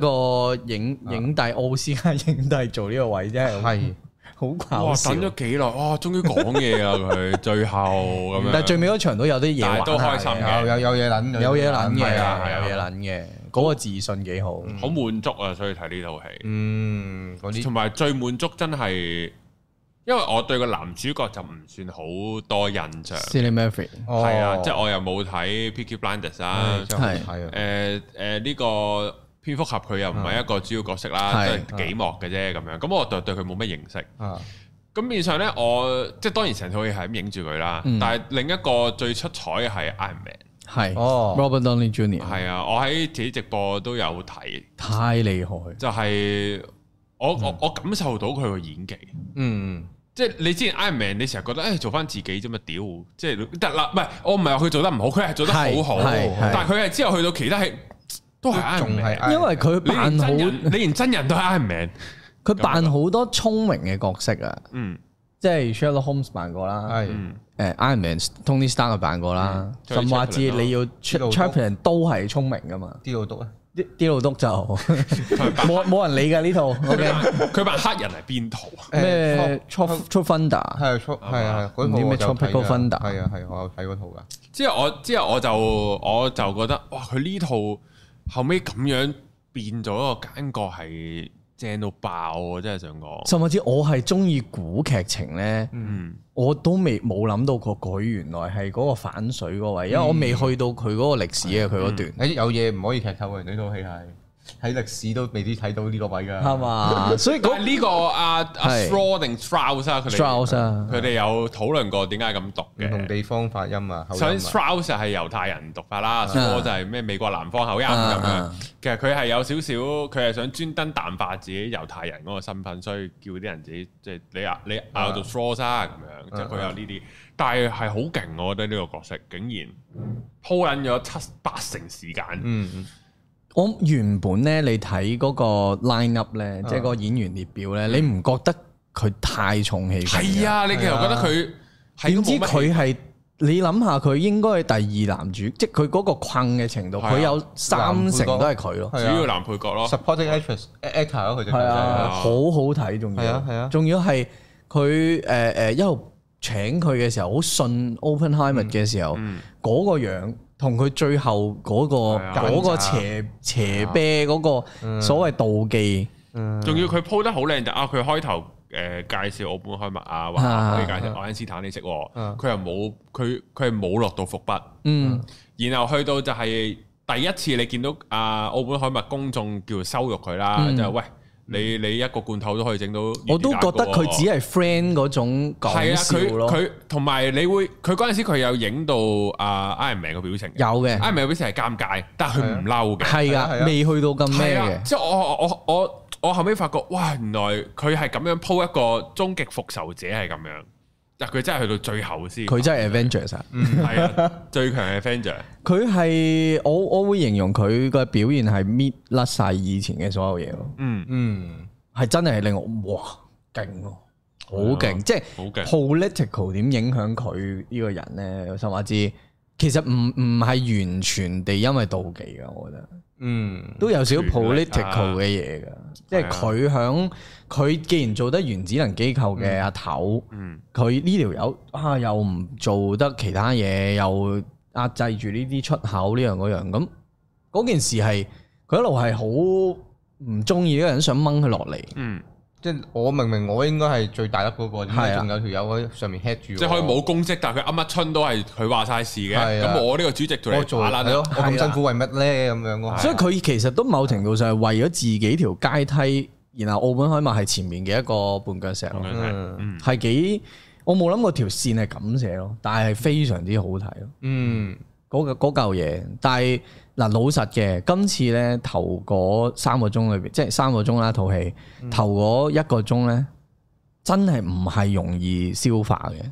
B: 個影影帝奧斯卡影帝做呢個位真係
A: 啊係
B: 好搞
C: 哇
B: 笑
C: 等。咗幾耐，哇終於講嘢啦佢，最後咁
A: 嗯
C: 樣，
B: 但係最尾嗰場都有啲嘢
C: 但係
B: 玩
C: 都開心
B: 下嘅
C: 嘅
A: 有有有嘢撚嘅
B: 有嘢撚嘅，
A: 係啊
C: 嗯係啊
B: 有嘢撚嘅，嗰個自信幾好。
C: 好滿足啊！所以睇呢套戲。
A: 嗯嗰啲
C: 同埋最滿足真係，因為我對個男主角就唔算好多印象，
B: c i n e m a p h y
A: 哦
C: 係啊，即係我又冇睇 Peaky Blinders 啦
A: 係，真係好睇啊
C: 誒誒呢個蝙蝠俠佢又唔係一個主要角色啦，
B: 係
C: 都係幾幕嘅啫咁樣，咁我就對佢冇乜認識。
A: 啊
C: 咁變相咧，我即係當然成套戲係咁影住佢啦，
B: 嗯
C: 但係另一個最出彩嘅係 Iron Man，
B: 係
A: 哦
B: Robert Downey Jr.
C: 係啊，我喺自己直播都有睇，
B: 太厲害，
C: 就係我
B: 嗯
C: 我我感受到佢個演技。
A: 嗯
C: 即係你之前 Iron Man，你成日覺得誒做翻自己啫嘛，屌！即係得啦，唔係我唔係話佢做得唔好，佢係做得好好，
B: 係係係
C: 但係佢係之後去到其他戲都係 Iron
A: 仲係
C: Man。
A: Iron
B: 因為佢
C: 你連
B: 扮好
C: 真人，你連真人都係 Iron Man，
B: 佢扮好多聰明嘅角色啊，
C: 嗯
B: 即係 Sherlock Holmes 扮過啦，
A: 係
C: 嗯，
B: 誒 Iron Man Tony Stark 扮過啦，
C: 嗯
B: 甚或至你要
A: Charlie
B: Chaplin 都係聰明噶嘛，
A: 啲老督啊
B: 啲啲路督就
C: 佢扮
B: 冇冇人理㗎呢套
C: 佢
B: ，OK
C: 扮佢扮黑人係邊套啊？
B: 咩
A: Top-
B: Trop Trop Thunder
A: 係啊，Tro- 係啊，嗰
B: 唔
A: 套
B: 知咩
A: 我就睇
B: Tropical
A: 㗎
B: Thunder
A: 係啊係啊，我有睇嗰套㗎。
C: 之後我之後我就我就覺得哇，佢呢套後尾咁樣變咗個奸角係正到爆啊！真係想講，
B: 甚至我係中意古劇情咧，
C: 嗯
B: 我都未冇諗到過佢原來係嗰個反
C: 嗯
B: 水嗰位，因為我未去到佢嗰個歷史嘅佢嗰段。
A: 啊誒有嘢唔可以劇透嘅，呢套戲係喺歷史都未必睇到呢個位
C: 嗯
A: 㗎。
B: 係嘛？所以嗰
C: 但係呢個阿阿
B: 係
C: Straw 定 Strauss 啊，佢哋
B: Strauss 啊
C: 佢哋有討論過點解咁讀
A: 唔同
C: 嘅。
A: 地方發音啊，口
C: 首
A: 音
C: 先
A: 啊，
C: Strauss 就係猶太人讀法啦，Straw 就係咩美國南方口音咁
B: 啊
C: 樣
B: 啊。
C: 其實佢係有少少，佢係想專登淡化自己猶太人嗰個身份，所以叫啲人自己即係你啊你拗到 Straw 啊咁樣，即係佢有呢啲。但係係好勁，我覺得呢個角色竟然鋪撚咗七八成時間。
A: 嗯嗯
B: 我原本咧，你睇嗰個 line up 咧，
C: 啊
B: 即係個演員列表咧，你唔覺得佢太重戲？
C: 係，啊，你其實覺得佢係
B: 點
C: 都冇
B: 知
C: 乜
B: 佢係你諗下，佢應該係第二男主，即係佢嗰個困嘅程度，
C: 係啊
B: 佢有三成都係佢咯。
A: 係
C: 主要
A: 啊
C: 男配角咯。
A: ，supporting actress actor 咯，佢就
B: 係
C: 係
B: 啊，
C: 啊
B: 好好睇，仲要
A: 係啊係啊
B: 仲要係佢誒誒一路請佢嘅時候，好信 Openheimer
C: 嗯
B: 嘅時候，嗰個樣同佢最後嗰個
C: 啊嗯
B: 嗰個邪邪啤嗰個所謂妒忌，
A: 嗯
C: 仲要佢鋪得好靚就啊！佢開頭誒、呃介紹奧本海默啊，話
B: 啊
C: 可以介紹愛因斯坦你識喎，
A: 啊
C: 佢又冇佢佢係冇落到伏筆，
B: 嗯
C: 然後去到就係第一次你見到啊奧本海默公眾叫羞辱佢啦，
B: 嗯
C: 就係喂你你一個罐頭都可以整到，
B: 我都覺得佢只係 friend 嗰種
C: 啊
B: 講
C: 係啊！佢
B: 笑咯，
C: 佢同埋你會佢嗰陣時佢有影到啊 Iron Man 個表情嘅
B: 有嘅，
C: ，Iron Man 個表情係尷尬，但啊係佢唔嬲嘅。
B: 係
A: 係啊係
B: 噶，
A: 啊
B: 未去到咁
C: 係
B: 咩
C: 啊，
B: 嘅，
C: 即係我我我我我後尾發覺，哇！原來佢係咁樣鋪一個終極復仇者係咁樣，但佢真係去到最後先，
B: 佢真係 Avengers 啊！
C: 係啊最強嘅 Avenger，
B: 佢係我我會形容佢嘅表現係搣甩晒以前嘅所有嘢咯。
C: 嗯，
A: 嗯
B: 係真係令我哇勁喎，好
C: 係啊
B: 勁！即係
C: 好勁
B: political 點影響佢呢個人咧？甚至其實唔唔係完全地因為妒忌噶，我覺得
A: 嗯
B: 都有少少
C: 權力啊
B: political 嘅嘢噶。即
C: 係
B: 係
C: 啊
B: 佢響佢既然做得原子能機構嘅阿頭，
C: 嗯
B: 佢呢條友啊又唔做得其他嘢，又壓制住呢啲出口呢樣嗰樣，咁嗰件事係佢一路係好唔中意呢個人，想掹佢落嚟。
C: 嗯，
A: 即係我明明我應該係最大粒嗰個，點
B: 係
A: 解
B: 啊
A: 仲有條友喺上面 head 住我？
C: 即係可以冇公職，但係佢噏乜春都係佢話晒事嘅，
A: 係啊
C: 咁我呢個主席做
A: 我
C: 嚟
A: 做
C: 打
A: 係
C: 爛
A: 咯，
C: 啦，
A: 我咁辛苦為乜咧？咁
C: 啊
A: 樣咯，
B: 所以佢其實都某程度上係為咗自己條階梯，然後澳本海默係前面嘅一個絆腳石
C: 咁
B: 咯，
C: 樣睇，嗯
B: 係幾我冇諗過條線係咁寫咯，但係非常之好睇咯，
A: 嗯
B: 嗰個嗰嚿嘢。但係嗱老實嘅，今次咧頭嗰三個鐘裏邊，即係三個鐘啦套戲，頭嗰一個鐘咧真係唔係容易消化嘅。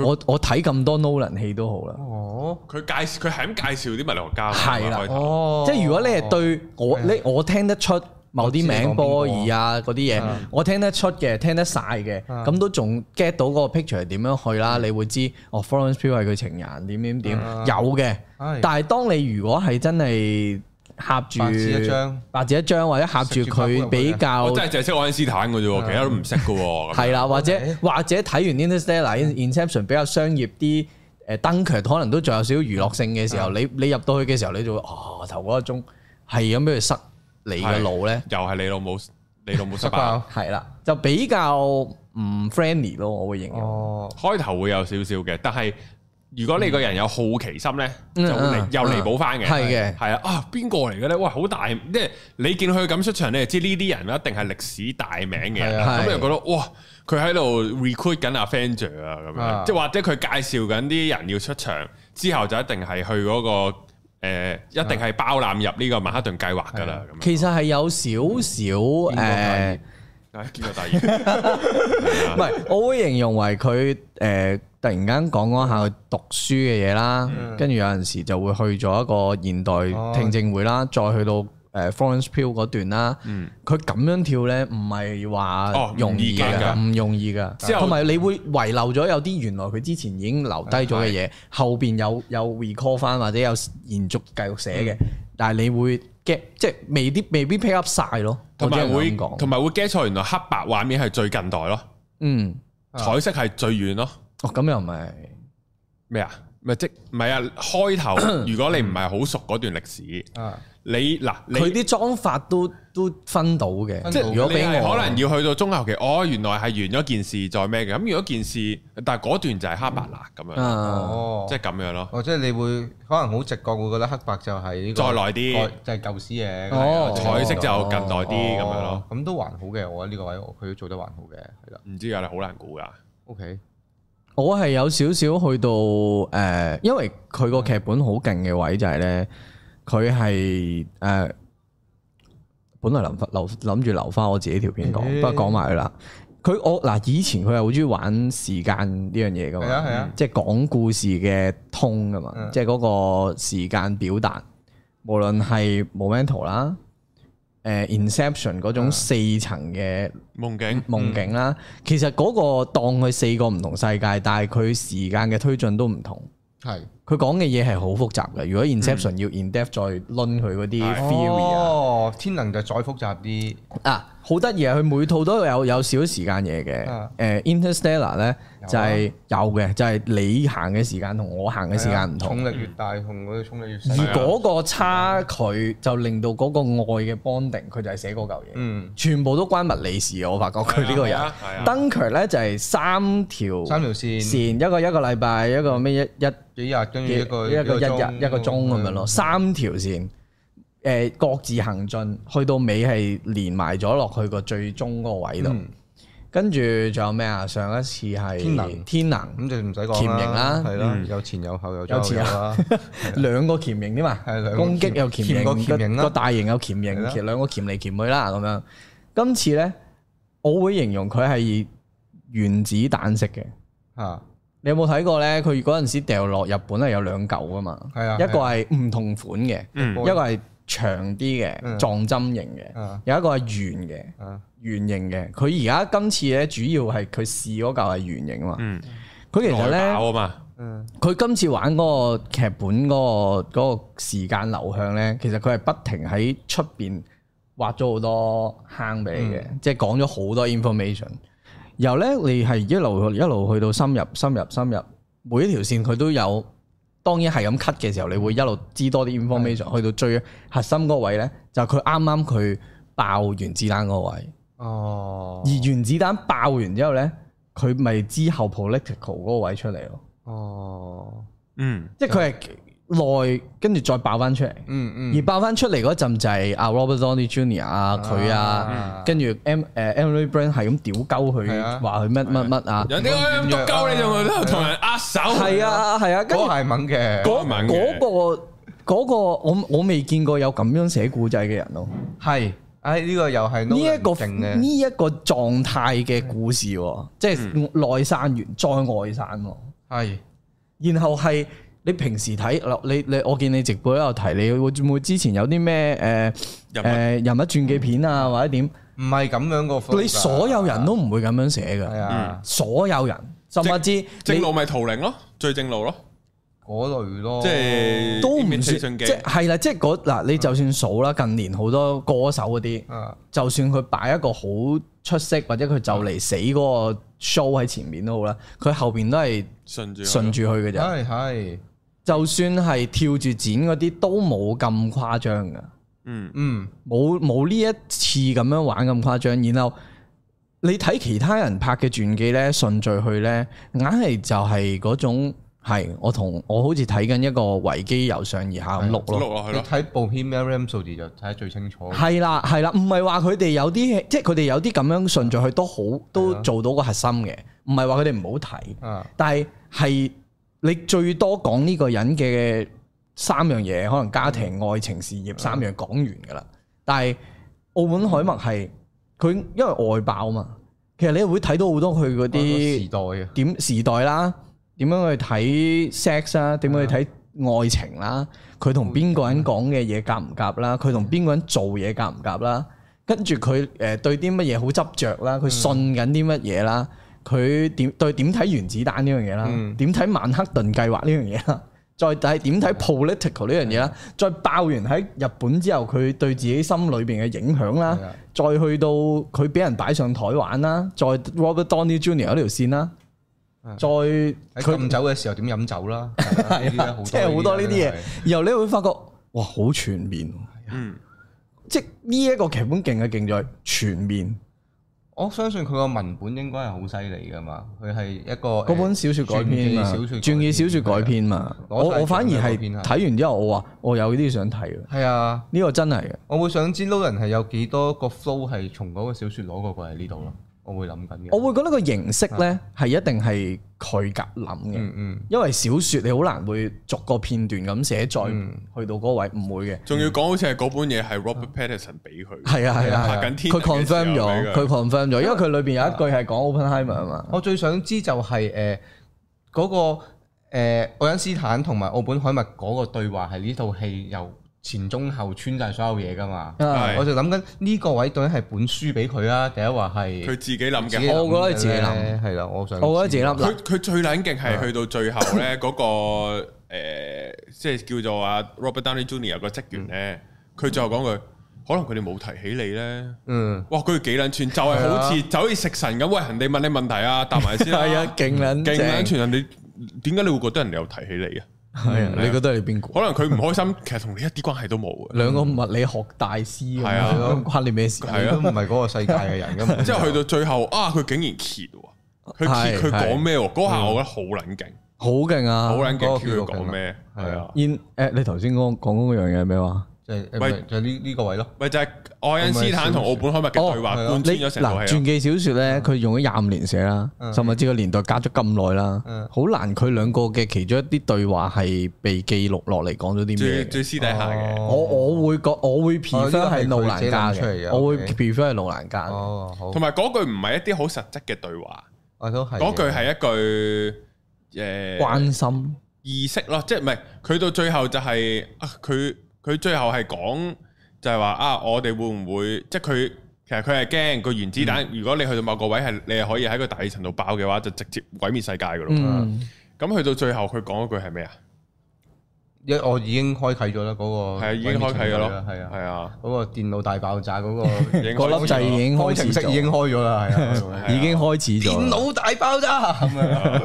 C: 佢
B: 我我睇咁多 Nolan 戲都好啦。
A: 哦
C: 佢介紹佢係咁介紹啲物理學家，
B: 係啦
C: 開頭
A: 哦，
B: 即係如果你係對我
A: 係啊
B: 你我聽得出某啲名波爾啊嗰啲嘢
A: 嗯，
B: 我聽得出嘅，聽得晒嘅，
A: 嗯
B: 咁都仲 get 到嗰個 picture 係點樣去啦，你會知哦 Florence Pugh 係佢情人點點點
A: 嗯
B: 有嘅，
A: 係
B: 但係當你如果係真係合住
A: 白紙一張，
B: 白紙一張或者合住
A: 食住白杯
B: 佢比較
C: 我真係淨係識愛因斯坦嘅啫喎，其他都唔識嘅喎，咁
B: 係啦，或者
A: OK
B: 或者睇完 Interstellar、Inception 比較商業啲。誒 Dunkirk 可能都仲有少少娛樂性嘅時候，你你入到去嘅時候，你就會哦頭嗰個鐘係咁俾佢塞你嘅腦咧，
C: 又係你老母，你老母失
A: 失
C: 敗
A: 爆。
B: 係啦，就比較唔 friendly 咯，我會形容。
A: 哦，
C: 開頭會有少少嘅，但係如果你個人有好奇心咧，就
B: 嗯
C: 嚟
B: 嗯
C: 又彌補翻嘅。
B: 係嘅
C: 係啊，啊邊個嚟嘅咧？哇，好大，即係你見佢咁出場，你就知呢啲人一定係歷史大名嘅人
A: 係
C: 啦。
B: 啊
C: 咁
B: 係
C: 你就覺得哇，佢喺度 recruit 緊阿 Fanger 啊，咁樣，
A: 啊
C: 即係或者佢介紹緊啲人要出場之後，就一定係去嗰個誒，一定係包攬入呢個曼哈頓計劃㗎啦。咁樣
B: 其實係啊有少少誒，
C: 唉見到第二，
B: 唔係，我會形容為佢誒突然間講講下佢讀書嘅嘢啦，
C: 嗯
B: 跟住有陣時就會去咗一個現
A: 哦
B: 代聽證會啦，再去到誒 Florence Pugh 嗰段啦，佢咁樣跳咧唔係
C: 嗯哦
B: 話
C: 唔
B: 容
C: 易
B: 易
C: 㗎
B: 㗎，唔容易
C: 之
B: 㗎，
C: 後
B: 同埋你會遺漏咗有啲原來佢之前已經留低咗嘅嘢，後邊有有 recall 翻或者有延續繼續寫嘅，
C: 嗯
B: 但係你會 get 即係未必未必 pick up 晒咯，
C: 同埋
B: 我
C: 會
B: 只能咁講
C: 同埋會 get 錯，原來黑白畫面係最近代咯，
B: 嗯，
C: 彩色係最遠咯。
B: 哦咁又唔係。
C: 咩啊？唔咪即唔係啊？開 頭如果你唔係好熟嗰段歷史，
A: 啊，
C: 你嗱你
B: 佢啲裝法都都分到嘅，
A: 分
B: 即
A: 到
B: 係如果俾
C: 你係
B: 我
C: 可能要去到中後期，哦，原來係完咗件事再咩嘅，咁如果件事，但係嗰段就係黑白啦咁樣，
B: 啊，
A: 哦，
C: 即係咁樣咯，
A: 哦，即係你會可能好直覺會覺得黑白就係呢個
C: 再耐啲
A: 哦就係舊屍嘢。
B: 哦
C: 彩色就近代
A: 哦
C: 啲咁樣咯，，
A: 咁都還好嘅，我覺得呢個位我佢都做得還好嘅，係啦
C: 唔知啊，你好難估噶，
A: ，OK，
B: 我係有少少去到誒、呃因為佢個劇本好勁嘅位就係咧，佢係誒本來諗留諗住留翻我自己條片講，
A: 欸
B: 不過講埋佢啦。佢我嗱以前佢係好中意玩時間呢樣嘢噶嘛，
A: 係啊係啊
B: 即係講故事嘅通噶嘛，
A: 嗯
B: 即係嗰個時間表達，無論係 Momento 啦，誒、Inception 嗰種
A: 嗯
B: 四層嘅。
C: 夢境
B: 夢境啦。其實嗰個當佢四個唔同世界，但係佢時間嘅推進都唔同。
A: 係
B: 佢講嘅嘢係好複雜嘅。如果 Inception 要 in depth 再攆佢嗰啲 theory 啊，
A: 哦，天能就再複雜啲，
B: 啊好得意啊！佢每套都有有少少時間嘢嘅
A: 啊。
B: 誒 Interstellar 咧
A: 有啊
B: 就係有嘅，就係你行嘅時間同我行嘅時間唔同。
A: 重力越大，啊同嗰啲重力越
B: 而
A: 細。
B: 嗰個差距就令到嗰個愛嘅 bonding，佢就係寫嗰嚿嘢。
A: 嗯，
B: 全部都關物理事嘅，我發覺佢呢個
C: 係
B: 人
C: 啊係啊。
B: 登強咧就係三條
A: 三條線
B: 線，一個一個禮拜，一個咩一一
A: 幾日跟住嗯一個
B: 一個一
A: 鐘嗯
B: 日一個鐘咁樣咯，三條線。誒各自行進，去到尾係連埋咗落去個最終嗰個位度，
A: 嗯
B: 跟住仲有咩啊？上一次係
A: 天能
B: 天能
A: 咁就唔使講
B: 鉗形啦
A: 係啦
C: 嗯，
A: 有前有後有
B: 有
A: 左
B: 前
A: 有右啦，
B: 兩個鉗形添嘛
A: 嗯係兩，個
B: 攻擊
A: 鉗
B: 有鉗
A: 鉗個鉗
B: 形，
A: 形
B: 個
A: 啦
B: 個大型有鉗
A: 係
B: 形，
A: 啦
B: 其實兩個鉗嚟鉗去啦咁樣。今次呢，我會形容佢係原子彈式嘅。
A: 嚇
B: 你有冇睇過咧？佢嗰陣時掉落日本係有兩嚿噶嘛，
A: 係啊哦
B: 一個係唔同款嘅，
C: 嗯
B: 一個係長啲嘅
A: 嗯
B: 撞針型嘅，
A: 啊
B: 有一個係圓嘅
A: 啊
B: 圓形嘅。佢而家今次咧主要係佢試嗰嚿係圓形啊嘛。
C: 嗯，
B: 佢其實
C: 內
B: 咧，
C: 爆啊嘛，
A: 嗯
B: 佢今次玩嗰個劇本嗰、個嗰、個時間流向咧，其實佢係不停喺出邊挖咗好多坑俾你嘅，即係講咗好多 information。然後咧，你係一路一路去到深入、深入、深入，每一條線佢都有。當然係咁 cut 嘅時候，你會一路知多啲 information。去到最核心嗰個位咧，就係佢啱啱佢爆原子彈嗰個位。
A: 哦
B: 而原子彈爆完之後咧，佢咪之後 political 嗰個位出嚟咯。
A: 哦
C: 嗯，
B: 即係佢係內跟住再爆翻出嚟，
A: 嗯嗯
B: 而爆翻出嚟嗰陣就係阿 Robert Downey Jr. 啊佢
A: 嗯，
B: 啊跟住 M 誒 Emily Blunt 係咁屌鳩
A: 係啊
B: 佢，話佢乜乜乜啊，
C: 人哋咁樣督鳩你仲同人握手，
B: 係，啊係啊，跟住
A: 嗰係猛嘅，
C: 嗰
B: 嗰
C: 文
B: 嗰
C: 嘅
B: 個嗰個我我未見過有咁樣寫故仔嘅人咯，
A: 係，唉呢個又係
B: 呢一個
A: 勁
B: 呢
A: 嘅，
B: 一個狀態嘅故事喎，即
A: 嗯
B: 係內散完再外散喎。
A: 係
B: 然後係你平時睇嗱，你你我見你直播都有提，你會唔會之前有啲咩誒
C: 人
B: 誒
C: 物嗯
B: 人物傳記片啊，或者點？
A: 唔係咁樣個風格？
B: 你所有人都唔會咁樣寫
A: 係
B: 嘅，
A: 啊
B: 所有人甚至
C: 正
B: 你
C: 路咪圖靈咯，最正路咯，
A: 嗰類咯，
C: 即係
B: 都唔算，
C: imitation 嗯
B: 即
C: 機
B: 係啦，即係嗰嗱，你就算數啦，近年好多歌手嗰
C: 嗯
B: 啲，
A: 啊
B: 就算佢擺一個好出色或者佢就嚟死嗰個 show 喺前面都好啦，佢後邊都係
C: 順住
B: 順住去嘅啫。
A: 係係
B: 就算係跳住剪嗰啲都冇咁誇張㗎。
C: 嗯
A: 嗯
B: 冇冇呢一次咁樣玩咁誇張，然後你睇其他人拍嘅傳記呢，順序去呢，硬係就係嗰種係我同我好似睇緊一個維基由上而下咁錄咯，
C: 碌落去
A: 你
C: 咯，
A: 睇部 h e m a Rhapsody 就睇得最清楚，
B: 係啦係啦，唔係話佢哋有啲即係佢哋有啲咁樣順序去都好都做到個核心嘅，唔係話佢哋唔好睇，
A: 啊
B: 但係係你最多講呢個人嘅三樣嘢，可能家庭、愛情、事業三樣講完噶啦。但係澳門海默係佢因為外爆嘛，其實你會睇到好多佢嗰啲
A: 嗰個時代啊，
B: 點時代啦，點樣去睇 sex 啦，點樣去睇愛情啦，佢同邊個人講嘅嘢夾唔夾啦，佢同邊個人做嘢夾唔夾啦，跟住佢誒對啲乜嘢好執着啦，佢信緊啲乜嘢啦，佢點對點睇原子彈呢樣嘢啦
A: 嗯，
B: 點睇曼克頓計劃呢樣嘢啦。再睇點睇 political 呢樣嘢啦，再爆完喺日本之後，佢對自己心裏邊嘅影響啦
A: 係啊，
B: 再去到佢俾人擺上台玩啦，再 Robert Downey Jr. 嗰條線啦，再
A: 喺
B: 佢
A: 禁酒嘅時候點飲酒啦，係啊呢啲咧好
B: 即 係好多呢啲嘢
A: 真係，
B: 然後你會發覺哇好全面喎，
C: 嗯，
B: 即係呢一個劇本勁嘅勁在全面。
A: 我相信佢個文本應該係好犀利噶嘛，佢係一個
B: 嗰本小説改編啊，傳記小説改，編嘛，
A: 攞
B: 我
A: 晒
B: 我反而
A: 獎嘅嗰
B: 係
A: 篇啊
B: 睇完之後，我話我有啲想睇嘅，
A: 係啊，
B: 呢個真係嘅。
A: 我會想知 l o r e n 係有幾多個 flow 係從嗰個小説攞過過嚟呢度咯，我會諗緊嘅。
B: 我會覺得個形式咧係一定係佢夾諗嘅，
A: 嗯嗯，
B: 因為小説你好難會逐個片段咁寫，再去到嗰個位唔會嘅。
C: 仲要講好似係嗰本嘢係 Robert Pattinson 俾佢，
B: 嗯
C: 啊
B: 係啊係啊，
C: 拍
B: 係啊
C: 緊天
B: 佢
C: 能嘅時候
B: confirm 咗，
C: 俾
B: 佢 confirm 咗，因為佢裏邊有一句係講 Openheimer 啊嘛。
A: 我最想知就係誒嗰個誒愛因斯坦同埋奧本海默嗰個對話係呢套戲由前中後穿晒所有嘢噶嘛。
B: 啊
A: 我就諗緊呢個位到底係本書俾佢啊，定係話係
C: 佢自己諗
A: 自
C: 嘅啊
A: 己。諗
B: 我覺得係
A: 嘅
B: 自己諗
A: 咧係啦，我想
B: 我覺得自己
A: 知
B: 諗
C: 佢
B: 嗱，
C: 佢最冷勁
B: 啊
C: 係去到最後咧， 嗰個誒，即係叫做啊 Robert Downey Jr. 個職員
B: 嗯
C: 咧，佢最後講句，可能佢哋冇提起你咧。
A: 嗯，
C: 哇！佢幾撚串，就係好似就好似食神咁，喂，人哋問你問題啊，答埋先啦。
B: 啊 係啊，勁撚
C: 勁撚
B: 正，
C: 串人哋，點解你會覺得人哋有提起你啊？
B: 係啊，你覺得係邊個？
C: 可能佢唔開心，其實同你一啲關係都冇嘅。
B: 兩個物理學大師咁
C: 係啊
B: 樣，關你咩事？
C: 係啊
A: 都唔係嗰個世界嘅人咁。
C: 之後去到最後啊，佢竟然揭喎，佢揭
B: 係
C: 佢講咩喎？嗰下我覺得好撚勁，
B: 好勁啊！
C: 好撚
A: 嗯嗰
C: 勁，
A: 個
C: 揭佢
A: 叫做
C: 講咩？
A: 勁
C: 係
A: 啊
C: 啊，
B: 然誒，你頭先講講嗰樣嘢係咩話？
A: 就係
C: 喂
A: 咪就係啊呢呢個位咯。
C: 咪就係愛因斯坦同奧本海默嘅對話
A: 哦係啊
C: 貫穿
B: 你
C: 咗成套
B: 嗱
C: 戲
B: 傳
C: 啊。嗯
B: 記小説咧，佢用咗廿五年寫啦，甚至個年代隔咗咁耐啦
A: 嗯，
B: 好難佢兩個嘅其中一啲對話係被記錄落嚟講咗啲咩
C: 最
B: 嘅。
C: 最私底下嘅，
A: 哦
B: 我我會覺我會
A: 呢
B: prefer
A: 個係
B: 係路
A: 佢自
B: 蘭
A: 己諗
B: 家
A: 出嚟
B: 嘅，
A: 嘅
B: 我會
A: OK
B: prefer 係路蘭家嘅。
A: 哦，好
C: 同，埋嗰句唔係一啲好實質嘅對話，
A: 我都係
C: 嗰句係一句呃誒
B: 關心
C: 意識咯，即係唔係佢到最後就係、啊佢佢最後係講就係話啊，我哋會唔會即係佢其實佢係驚個原子彈，
A: 嗯
C: 如果你去到某個位係你係可以喺個大氣層度爆嘅話，就直接毀滅世界噶咯。
B: 嗯
C: 咁去、到最後佢講嗰句係咩啊？
A: 因為我已經開啟咗啦，嗰個
C: 係啊，已經開啟咗咯，
A: 係啊
C: 係，啊，
A: 嗰個電腦大爆炸嗰個
C: 已經
B: 嗰粒掣 已經
A: 開
B: 開
A: 程
B: 始
A: 式已經
B: 咗，
A: 開咗啦，係 啊，
B: 已經開始
A: 電
B: 咗，
A: 腦大爆炸咁 樣，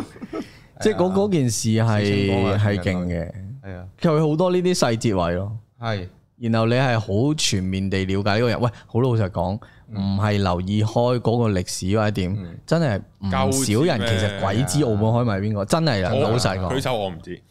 B: 即係嗰嗰件事
A: 事情
B: 係
A: 方
B: 係
A: 面
B: 勁嘅，
A: 係啊，
B: 佢好多呢啲細節位咯。
A: 係
B: 然後你係好全面地了解呢個人，喂，好老實講，
A: 嗯
B: 唔係留意開嗰個歷史或者點，真係唔少人
C: 夠知咩
B: 其實鬼知澳門開咪係邊個，真係啊！
C: 我
B: 老實
C: 舉
B: 講，
C: 手我唔知，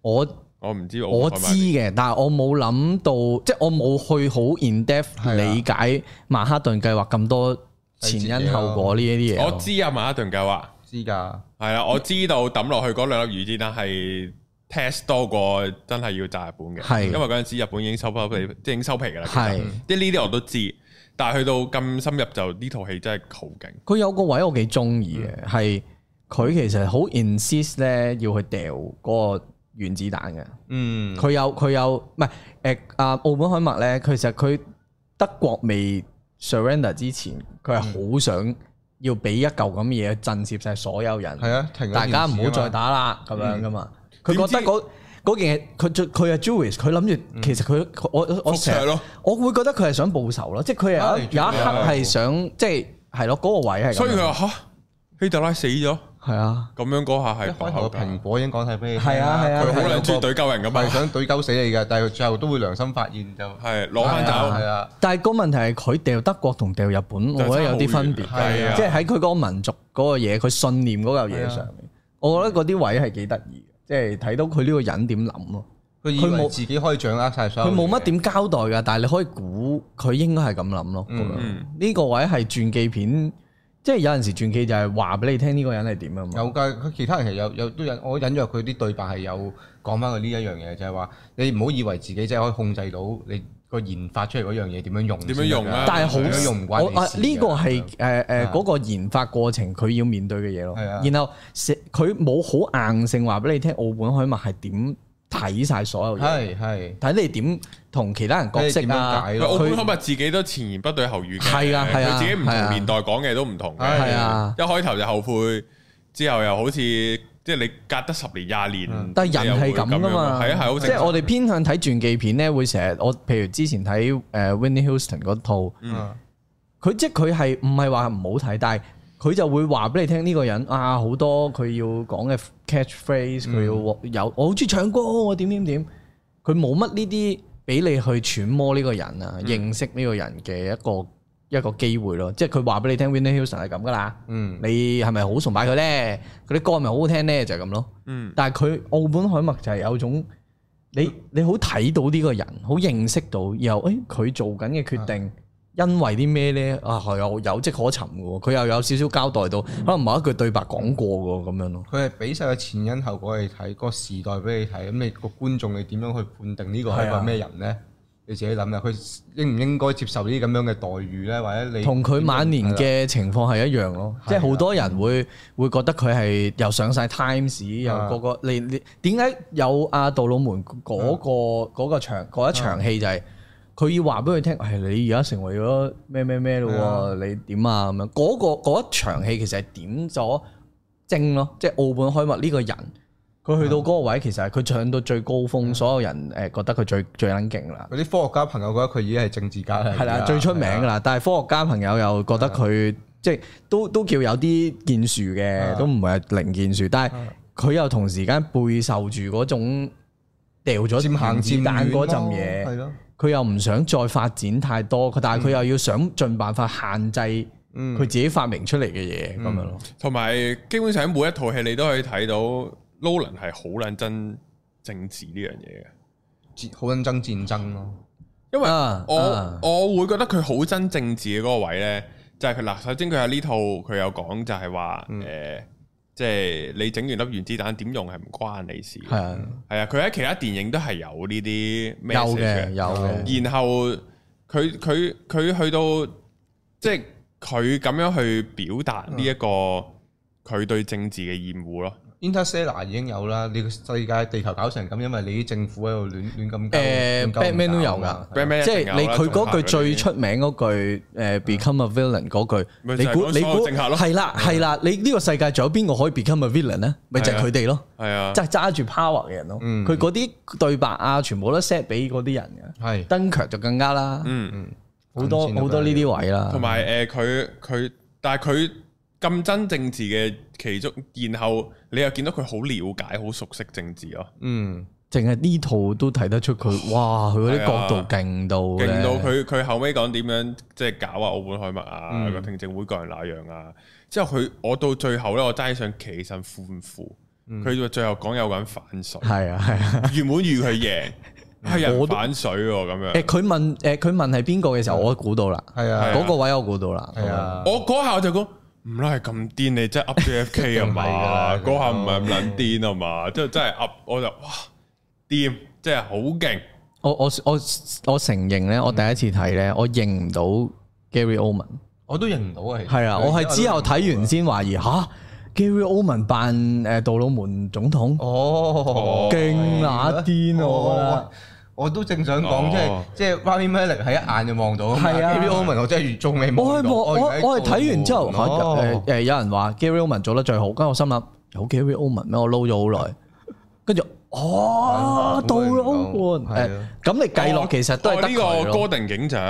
B: 我
C: 我唔知
B: 我知嘅，但係我冇諗到，即係我冇去好 in depth 理解曼克頓計劃咁多前因後果呢一啲嘢
C: 我
B: 咯。
C: 知啊，馬克頓計劃。
A: 知㗎，
C: 係啦，我知道抌落去嗰兩粒魚子彈係 test 多過真係要炸日本嘅，
B: 係嗯
C: 因為嗰陣時日本已經收皮，即係已經收皮㗎啦。其實
B: 係
C: 即係呢啲我都知，但係去到咁深入就呢套戲真係好勁。
B: 佢有個位我幾中意嘅，係佢其實好 insist 咧要去掉嗰個原子彈嘅。
A: 嗯，
B: 佢有佢有唔係誒啊澳門海默咧，其實佢德國未 surrender 之前，佢係好想要俾一嚿咁嘅嘢震懾晒所有人，
A: 係啊，停咗
B: 大家唔好
A: 件事
B: 再
A: 啊嘛，
B: 打啦咁樣噶嘛。佢
C: 嗯點
B: 覺
C: 知
B: 得嗰嗰件嘢，佢最佢係 Jewish，佢諗住其實佢佢我我
C: 輻
B: 成
C: 射
B: 日
C: 咯，
B: 我會覺得佢係想報仇咯，即係佢有一
A: 啊
B: 有一刻係想即係係咯嗰個位係咁樣，
C: 所以佢話吓希特拉死咗，
B: 係啊
C: 咁樣嗰下
A: 一
C: 係
A: 開頭個蘋
C: 佢
A: 果已經講晒俾你聽啦，
B: 係啊
A: 佢
B: 係啊係啊啊
C: 好
A: 好
C: 兩
A: 兩
C: 中
A: 絕
C: 意
A: 對
C: 懟鳩人㗎嘛
A: 係，想懟鳩死你㗎，但係最後都會良心發現就
C: 係攞翻
A: 係
C: 走。
A: 啊，
B: 但係個問題係佢掉德國同掉日本，我覺得有啲分別
C: 就差好遠係啊
B: 嘅，即係喺佢嗰個民族嗰個嘢，佢信念嗰嚿嘢上面，我覺得嗰啲位係幾得意嘅，即係睇到佢呢個人點諗咯。
A: 佢以為自己可以掌握晒所有
B: 佢
A: 嘢，
B: 冇乜點交代㗎，但係你可以估佢應該係咁諗咯。咁樣
C: 嗯
B: 呢個位係傳記片，即係有陣時傳記就係話俾你聽呢個人係點啊嘛。
A: 有㗎，佢其他人其實有有都有，我隱約佢啲對白係有講翻佢呢一樣嘢，就係話你唔好以為自己真係可以控制到你個研發出嚟嗰樣嘢點樣用先得㗎，
C: 點樣用啊
B: 但係好
A: 點樣用唔關
B: 我
A: 你
B: 啊
A: 事㗎
B: 呢個係誒
A: 係
B: 誒
A: 啊
B: 嗰個研發過程佢要面對嘅嘢咯。
A: 係啊
B: 然後寫佢冇好硬性話俾你聽，澳本海默係點睇晒所有
A: 係
B: 嘢，
A: 係
B: 睇你點同其他人角色
A: 睇，你
B: 啊
A: 點樣解
C: 喂
A: 咯
C: 奧
B: 佢
C: 本海默自己都前言不對後語嘅，
B: 係啊係啊
C: 佢自己唔同
B: 係啊
C: 年代講嘅都唔同嘅。
B: 係啊
C: 一開頭就後悔，之後又好似即係你隔得十年廿年，
B: 但係人係咁噶
C: 你又會
B: 嘛，
C: 樣係啊係好
B: 即
C: 正
B: 係
C: 常
B: 我哋偏向睇傳記片咧，會成日我譬如之前睇誒 w i n n i e Houston 嗰套，
A: 嗯
B: 佢即係佢係唔係話唔好睇，但係佢佢就會話俾你聽呢個人啊好多佢要講嘅 catchphrase，佢要有我好中意唱歌，我點點點，佢冇乜呢啲俾你去揣摩呢個人啊，認識呢個人嘅一個一個機會咯。即係佢話俾你聽 w i n n i e Houston 係咁噶啦，
A: 嗯
B: 你係咪好崇拜佢咧？佢啲歌係咪好好聽咧？就係咁咯。
D: 嗯
B: 但係佢澳本海默就係有種你你好睇到呢個人，好認識到，然後誒佢、做緊嘅決定，因為啲咩咧啊係有有跡可尋嘅喎，佢又有少少交代到，可能某一句對白講過嘅喎咁樣咯。
A: 佢係俾晒個前因後果你睇，個時代俾你睇，咁你個觀眾你點樣去判定呢個係一
B: 係啊
A: 個咩人呢？你自己諗啦，佢應唔應該接受呢啲咁樣嘅待遇呢？或者你
B: 同佢晚年
A: 係啦
B: 嘅情況係一樣咯，
A: 係啊
B: 即係
A: 啦
B: 好多人會會覺得佢係又上晒 Times，又
A: 啊
B: 個個你你點解有阿杜魯門嗰
A: 啊
B: 個嗰個場嗰一場戲就係佢要話俾佢聽，係你而家成為咗咩咩咩
A: 係
B: 咯
A: 啊
B: 喎，你點啊咁樣？嗰個嗰一場戲其實係點咗精咯，即係澳本開幕呢個人。佢
A: 啊
B: 去到嗰個位，其實係佢唱到最高峰，所有人誒覺得佢最最撚勁啦。
A: 嗰啲科學家朋友覺得佢已經係政治家啦，啊
B: 係啊
A: 而
B: 啦，
A: 家
B: 最出名噶。啦。但係科學家朋友又覺得佢即係都都叫有啲建樹嘅，
A: 啊
B: 都唔係零建樹。但係啊佢又同時間背受住嗰種掉咗
A: 漸行
B: 原子
A: 漸
B: 彈
A: 遠
B: 嗰
A: 咯
B: 陣
A: 係
B: 嘢，
A: 咯，
B: 佢又唔想再發展太多，佢但係佢又要想盡辦法限制佢自己發明出嚟嘅嘢咁樣咯。
C: 同埋基本上每一套戲你都可以睇到 Nolan 係好撚真政治呢樣嘢嘅。
A: 戰好撚憎戰爭咯。
C: 因為
B: 啊
C: 我、
B: 啊
C: 我會覺得佢好真政治嘅嗰個位呢，就係佢嗱，首先佢喺呢套佢有講就係話
B: 嗯
C: 誒，即係你整完粒原子彈點用係唔關你事嘅，
B: 係啊，
C: 係啊，佢喺其他電影都係有呢啲
B: 有
C: message
B: 嘅哦有嘅，
C: 然後佢佢佢去到即係佢咁樣去表達呢一個佢對政治嘅厭惡咯。
A: Interstellar 已經有啦，你個世界地球搞成咁，因為你啲政府喺度亂亂咁搞
B: 誒
A: 亂鳩
B: Batman 都有㗎
A: 搞啊
C: Batman
B: 即係
C: 一定有啦
B: 你佢嗰句
C: 仲有
B: 最出名嗰句誒 become a villain 嗰句，
C: 嗯咪
B: 你
C: 就係
B: 估
C: 講
B: 你
C: 所有
B: 估
C: 政客咯啊
B: 係啦係啦，你呢個世界仲有邊個可以 become a villain 咧？咪就係
C: 係啊
B: 佢哋咯。
C: 係啊
B: 即，係揸住 power 嘅人咯。
A: 嗯
B: 佢嗰啲對白啊，全部都 set 俾嗰啲人嘅。
A: 係
B: 登強就更加啦，
C: 嗯。
B: 好多
A: 咁先啊
B: 好多呢啲位啦。
C: 同埋誒，佢佢，但係佢咁真政治嘅其中，然後你又見到佢好了解、好熟悉政治咯，
A: 嗯
B: 淨係呢套都睇得出佢，哇！佢嗰啲角度勁到呢
C: 啊勁到佢佢後尾講點樣即係搞啊澳本海默
B: 嗯
C: 啊個聽證會各人那樣啊，之後佢我到最後咧，我真係想企起身歡呼，
B: 嗯
C: 佢到最後講有個人反水，
B: 係啊係啊。
C: 原本預佢贏，係
B: 嗯我
C: 人
B: 都
C: 反水喎
B: 誒
C: 咁樣，
B: 佢問誒佢問係邊個嘅時候，我估到啦。
A: 係啊
B: 嗰個位我估到啦。
A: 係啊，
C: 我嗰下我就講。唔啦，係咁癲，你真係 up
A: 一定
C: JFK 啊
A: 係㗎
C: 嘛？
A: 啦
C: 嗰下唔係咁撚癲啊嘛？即係真係 up，我就哇掂，真係好勁。
B: 我，我我我我承認咧，我第一次睇咧，我認唔到 Gary Oldman。
A: 我都認唔到啊。其實
B: 係啊，我係之後睇完先懷疑吓 Gary Oldman 扮誒杜魯門總統。
A: 哦，
B: 勁乸癲啊我覺得
A: 哦我都正想講，即係
C: 哦
A: 即係 Rami Malek 係一眼就望到，
B: 係啊
A: b b Omen 我真係仲未
B: 我
A: 望
B: 係
A: 到。
B: 望我我係睇完之後，嚇誒
A: 哦
B: 誒有人話 Gary Oldman 做得最好，跟住我心諗有 Gary Oldman 咩？我撈咗好耐，跟住
A: 係估唔到
B: 哦到啦 Oldman 誒
A: 係啊，
B: 咁你計落其實都係得
C: 哦呢
B: 佢
C: 個
B: 咯
C: 哥定警長，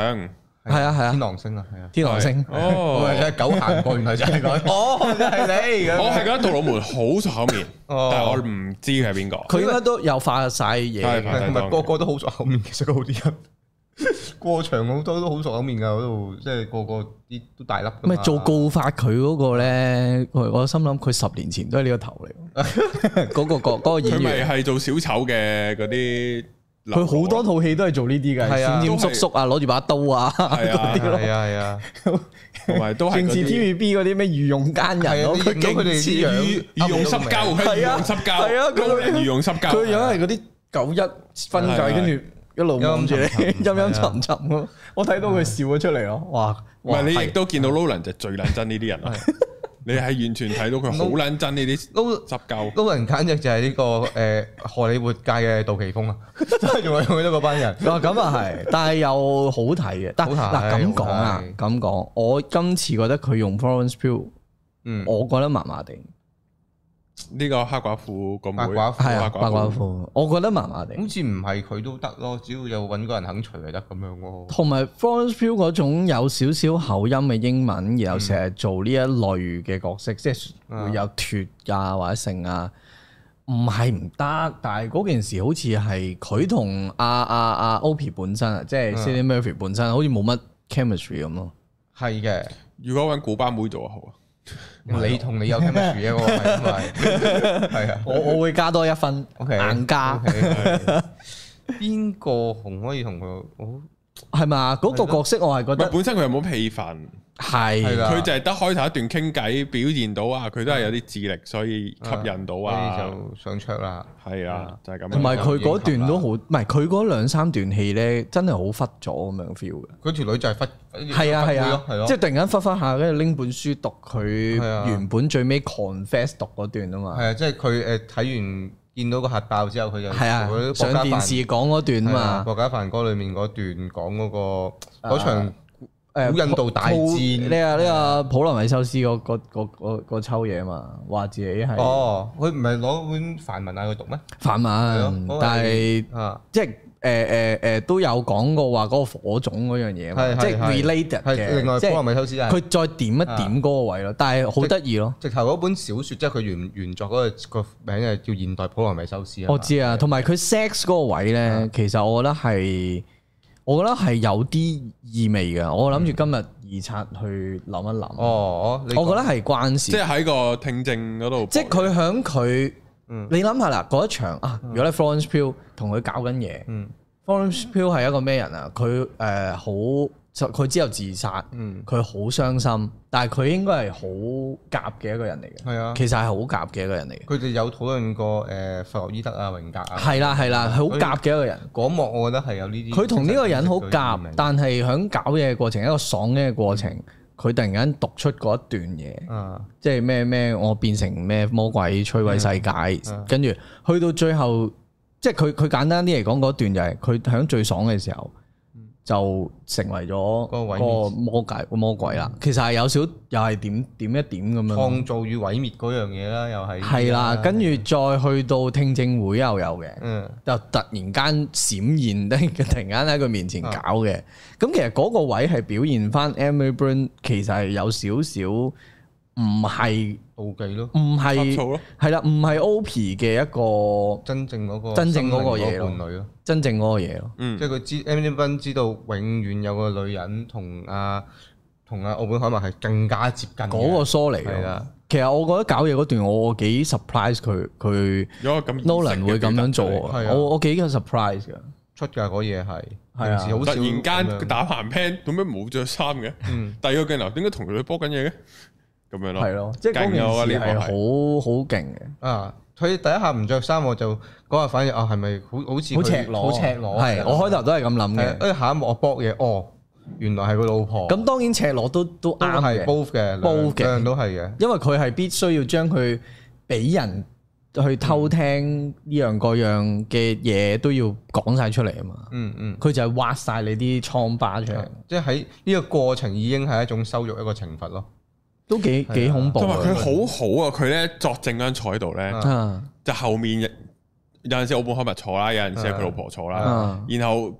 B: 係啊係啊
A: 天狼星啊，係啊，
B: 天狼星
C: 係哦
A: 我，係真係狗行過，原來就 係佢。哦，就係你咁樣。
C: 我係覺得杜魯門好熟口面，但
A: 哦
C: 係我唔知佢係邊個。
B: 佢應該都有化晒嘢
C: 係
B: 嘅，
C: 係
A: 同埋個個都好熟口面，其實嗰啲人 過場好多都好熟口面㗎，嗰度即係個個啲都大粒㗎嘛。
B: 咪做告發佢嗰個咧，我我心諗佢十年前都係呢個頭嚟， 嗰個角嗰個
C: 佢
B: 演
C: 咪
B: 員，
C: 係做小丑嘅嗰啲
B: 佢
C: 流浪，
B: 好多套戲都係做呢啲嘅，
A: 係啊
B: 閃閃縮縮啊，攞住把刀啊
C: 係啊
B: 嗰啲咯。
A: 係啊係啊，
C: 同埋都係
B: 政
C: 嗰
B: 治
C: 啲
B: TVB 嗰啲咩御用奸人咯，
A: 係啊
B: 佢
A: 你見到佢
B: 勁
A: 哋
B: 似
A: 啲樣
C: 御御用濕膠，佢係御
B: 係啊
C: 用濕
B: 係啊
C: 膠，
B: 佢
C: 撈人御用濕膠，
B: 佢樣係嗰啲九一分界，
C: 係
B: 跟住一路望住你，
A: 陰陰
B: 陰
A: 沉沉
B: 陰沉沉咁。我睇到佢笑咗出嚟咯，哇！
C: 唔
B: 哇
C: 係你亦
B: 係
C: 都見到 Nolan 就最撚憎呢啲人咯，你係完全睇到佢好撚憎呢啲
A: 撈
C: 濕鳩。
A: 撈人簡直就係呢個誒荷里活界嘅杜琪峰啊！ 真係用嚟用去都嗰班人。
B: 哇咁啊係，但係又好睇嘅。但
A: 好
B: 嗱
A: 睇
B: 咁講啊
A: 好，睇
B: 咁講，我今次覺得佢用 Florence Pugh，
A: 嗯，
B: 我覺得麻麻地。
C: 呢個黑寡婦個妹，
A: 白寡婦
B: 係啊，白寡婦，我覺得麻麻地。
A: 好似唔係佢都得咯，只要有揾個人肯除就得咁樣咯。
B: 同埋 Florence Pugh 嗰種有少少口音嘅英文，然後成日做呢一類嘅角色，即係會有脱啊或者剩啊，唔係唔得，但係嗰件事好似係佢同阿阿阿 Opie 本身啊，即係 Cillian Murphy 本身，好似冇乜 chemistry 咁咯。
A: 係嘅，
C: 如果揾古巴妹做就好啊，
A: 你同你有 chemistry 嘅我 係咪？係啊
B: 我我會加多一分
A: ，OK，
B: 硬加
A: OK，係。邊個紅可以同佢？我
B: 係嘛？嗰個角色我係覺
C: 唔係
B: 得
C: 本身佢又冇戲份，
A: 係
B: 係
A: 啦啊
C: 佢就係得開頭一段傾偈，表現到啊，佢都係有啲智力，所以吸引到
A: 所
C: 啊，
A: 以就上桌啦。
C: 係啊，就係咁樣。
B: 同埋佢嗰
A: 啊
B: 段都好，唔係佢嗰兩三段戲咧，真係好忽咗咁樣 feel 嘅。啊
A: 嗰條女就係忽，
B: 係啊係啊
A: 係，咯，
B: 即係突然間忽忽下，跟住拎本書讀佢
A: 係啊
B: 原本最尾 confess 讀嗰段啊
A: 係
B: 嘛，
A: 啊，即係佢誒睇完見到個核爆之後，佢就
B: 係啊
A: 做嗰，啲
B: 上
A: 國家
B: 電
A: 飯
B: 視講嗰段
A: 係
B: 啊嘛，啊
A: 國家飯歌裏面嗰段講嗰個嗰場
B: 誒
A: 啊古印度大戰
B: 呢啊呢啊普羅米修斯嗰嗰嗰嗰嗰抽嘢嘛，話自己係
A: 哦，佢唔係攞本梵文啊嗌佢讀咩？
B: 反
A: 咯嗰
B: 文
A: 個，係
B: 但係
A: 啊，
B: 即係誒誒誒都有講過話嗰個火種嗰樣嘢嘛，
A: 係係
B: 即係
A: 係
B: related
A: 係啊另
B: 嘅，
A: 外
B: 即
A: 普羅
B: 係
A: 米修斯啊，
B: 佢再點一點嗰個位咯，但係好得意咯。
A: 直頭嗰本小説，即係佢原原作嗰個個名係叫現代普羅米修斯啊嘛。啊
B: 我知啊，同埋佢 sex 嗰個位咧，其實我覺得係，我覺得係有啲意味嘅。我諗住今日二刷去諗一諗。
A: 哦，你
B: 我覺得係關事
C: 即，係喺個聽證嗰度，
B: 即係佢響佢，
A: 嗯
B: 你諗下啦，嗰一場啊，如果你 Florence Pugh 同佢搞緊嘢
A: 嗯
B: ，Florence Pugh 係一個咩人啊？佢誒好就佢之後自殺，
A: 嗯
B: 佢好傷心，但係佢應該係好夾嘅一個人嚟嘅，
A: 係啊，
B: 其實係好夾嘅一個人嚟嘅，
A: 佢哋有討論過誒弗洛伊德啊、榮格啊，
B: 係啦係啦，係好夾嘅一個人。
A: 嗰幕我覺得係有呢啲。
B: 佢同呢個人好
A: 佢嗯
B: 夾
A: 意，味
B: 但係喺搞嘢嘅過程，一個爽嘅過程，佢突然間讀出嗰一段嘢，
A: 啊，
B: 即係咩咩，我變成咩魔鬼摧
A: 嗯
B: 毀世界，跟住去到最後，即係佢佢簡單啲嚟講，嗰段就係佢喺最爽嘅時候。就成為咗
A: 嗯個毀滅嗯
B: 個魔鬼魔鬼啦，其實係有少又係點點一點咁樣，
A: 創造啊與毀滅嗰樣嘢啦，又係啊
B: 係啦，跟住再去到聽證會又有嘅，
A: 嗯
B: 就突然間閃現，突然突然間喺佢面前搞嘅。咁、其實嗰個位係表現翻 Emily Blunt 其實係有少少唔係
A: 妒忌咯，
B: 唔
C: 呷醋
B: 係
C: 咯，
B: 係啦，唔係 OP 嘅一個
A: 真正嗰個
B: 真正嗰個
A: 心靈
B: 嘢咯
A: 嗰個伴侶咯，
B: 真正嗰個嘢咯。
C: 嗯
A: 即係佢知 Emily Blunt 知道永遠有個女人同阿同阿奧本海默係更加接近嘅
B: 嗰個疏離
A: 係啊
B: 咯
A: 啦。
B: 其實我覺得搞嘢嗰段，我幾 surprise 佢佢
C: 有個咁
B: Nolan 會咁樣做，
A: 係啊
B: 我我幾 surprise 嘅。
A: 出㗎嗰嘢係，
B: 係啊
A: 平時好
C: 突
A: 少
C: 然
A: 咁樣
C: 間打橫 pan，點解冇着衫嘅？第二個鏡頭點解同佢波緊嘢嘅？咁樣咯，
B: 嗯係咯，即係嗰
C: 勁
B: 件
C: 啊
B: 事
C: 呢
B: 係
C: 個係
B: 好好勁嘅，
A: 啊，佢第一下唔着衫我就嗰下反應啊，係咪好好似佢
B: 好赤裸，啊
A: 好赤裸？啊
B: 係我開頭都係咁諗嘅
A: 係，。跟住下一幕我搏嘢，哦，原來係佢老婆，
B: 咁當然赤裸都都
A: 都
B: 啱
A: 係
B: 嘅，
A: both 嘅
B: both 嘅
A: 兩樣都係嘅。
B: 因為佢係必須要將佢俾人去偷聽呢樣嗰樣嘅嘢都要講晒出嚟啊嘛。
A: 嗯嗯，
B: 佢就係挖晒你啲瘡疤出嚟，
A: 即係喺呢個過程已經係一種羞辱，一個懲罰咯。
B: 都幾
A: 係啊
B: 幾恐怖
C: 同埋佢
B: 啊！
C: 好好啊！佢咧作證嗰陣坐喺度咧，
B: 啊
C: 就後面有陣時奧本海默坐啦，有陣時係佢老婆坐啦，
B: 啊
C: 然後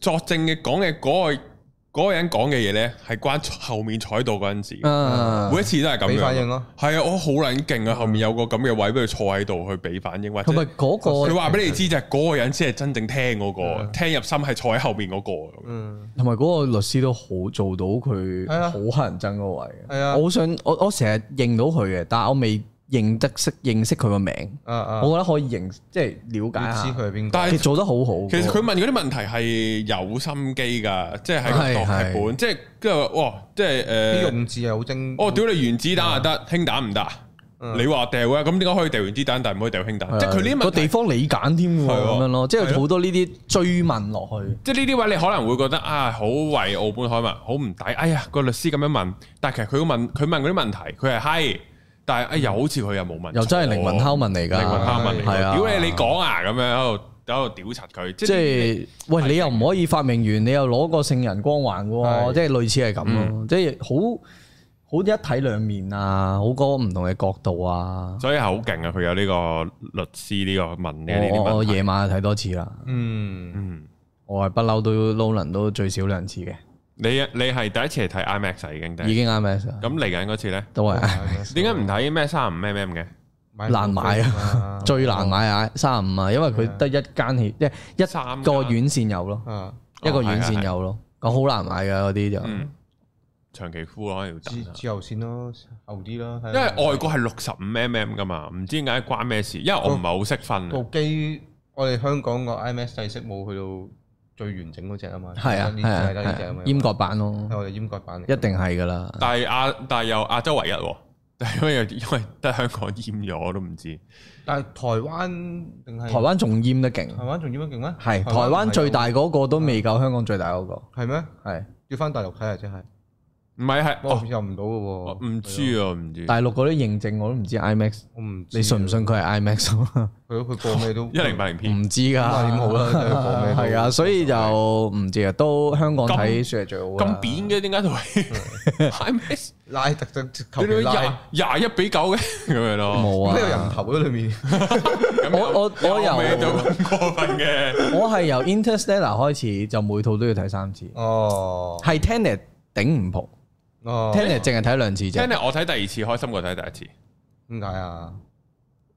C: 作證嘅講嘅嗰個嗰個人講嘅嘢咧，係關後面坐喺度嗰陣時，
B: 啊！
C: 每一次都係咁
A: 俾
C: 樣
A: 反應咯
C: 咯。係啊，我好撚勁啊！後面有個咁嘅位俾佢坐喺度去俾反應，或者
B: 同埋嗰
C: 佢
B: 個
C: 話俾你知就係嗰個人先係真正聽嗰個，
B: 嗯
C: 聽入心係坐喺後面嗰個。
A: 嗯，
B: 同埋嗰個律師都好做到佢
A: 係啊
B: 好乞人憎嗰個位嘅。
A: 係啊
B: 我好想我我成日認到佢嘅，但係我未認得識認識佢個名，
A: 啊啊，
B: 我覺得可以認即係了
A: 要
B: 解
A: 知
B: 下。
A: 佢係邊個。
C: 但
B: 佢
C: 係
B: 做得好好。
C: 其實佢問嗰啲問題係有心機㗎，即係喺
B: 係
C: 個度劇本，即係跟住話哇，即係
A: 啲
C: 誒，
A: 用字係好精。
C: 哦，屌你原子彈又得，氫彈唔得啊，你話掉啊，咁點解可以掉原子彈，但係唔可以掉氫彈？即係佢
B: 嗯
C: 呢啲
B: 啊個
C: 問
B: 地
C: 題，
B: 方你揀添喎，
C: 係喎
B: 咁樣咯，即
C: 係
B: 係
C: 咯
B: 好多呢啲追問落去。
C: 即係啊呢啲位你可能會覺得啊，好為澳本海默好唔抵，哎呀個律師咁樣問，但係其實佢問佢問嗰啲問題，佢係嗨，但係哎又好似佢又冇問，
B: 嗯又真係靈魂拷問嚟㗎，
C: 靈魂拷問嚟㗎，
B: 係啊！
C: 屌你你講啊咁樣喺度喺度屌柒佢，即
B: 即
C: 係
B: 係喂，你又唔可以發明完，你又攞個聖人光環喎，
A: 係
C: 嗯
B: 即係類似係咁咯，即係好好一體兩面啊，好多唔同嘅角度啊。
C: 所以係好勁啊！佢有呢個律師呢個問嘅呢啲
B: 我我
C: 啊問題，
B: 夜晚睇多次啦，
A: 嗯，
C: 嗯，
B: 我係不嬲都 l o l a n 都最少兩次嘅，
C: 你你係第一次嚟睇 IMAX 啊已經定
B: 已經啱咩？
C: 咁哦嚟緊嗰次咧，
B: 都係
C: 點解唔睇咩三五 mm 嘅？
B: 難買
A: 啊
B: 最難買啊，三十五啊，因為佢得一間戲，一一
C: 三
B: 個
C: 間
B: 院線有咯，
A: 啊！
B: 一個
C: 哦
B: 院
C: 係係
B: 線
C: 係
B: 有咯，咁好難買㗎嗰啲就。
C: 嗯，長期敷可能要等
A: 之
C: 啊。
A: 之後先咯，後啲啦。因
C: 因為外國係六十五 mm 噶嘛，唔知點解關咩事，因為我唔係好識分啊。
A: 部機，我哋香港個 IMAX 細色冇去到最完整嗰只啊嘛。
B: 係啊，
A: 呢
B: 係
A: 隻
B: 啊，
A: 得呢隻啊
B: 係
A: 嘛
B: 啊。英國版咯
A: 係，我哋閹割版嚟，
B: 一定係噶啦。
C: 但係亞，但係又亞洲唯一喎， 但係因為因為得香港淹咗，我都唔知。
A: 但係台灣定係
B: 台灣仲淹得勁，
A: 台灣仲閹得勁咩？
B: 係台灣最大嗰個都
A: 係
B: 未夠香港最大嗰個，
A: 係咩？
B: 係
A: 要翻大陸睇啊！真
B: 哦
A: 係
C: 唔係係
A: 我
C: 哦
A: 入唔到
C: 我
A: 嘅喎，
B: 嗯
C: 唔知啊，唔知。
B: 大陸嗰啲認證我都唔知 IMAX，
A: 我唔知啊
B: 你信唔信佢係 IMAX 啊
A: 佢佢播咩都
C: 一零八零 P
B: 唔知㗎，
A: 咁啊點好 啦真係講咩都
B: 係啊，所以就唔知啊，都香港睇算係最好啊㗎啦
C: 咁扁嘅，點解套戲 IMAX
A: 拉特特求
C: 你
A: 其
C: 哋
A: 拉，
C: 廿廿一比九嘅 咁樣咯？
B: 冇
A: 點
B: 啊
A: 解有人頭喺裏面？
C: 咁
B: 我
C: 又
B: 我我由
C: 未到咁過分嘅。
B: 我係由 Interstellar 開始就每套都要睇三次，
A: 哦
B: 係 Tenet 頂唔蒲
A: 哦，
B: ，Tenet 淨係睇兩次啫
C: 聽。嚟我睇第二次開心過睇第一次，
A: 點解啊？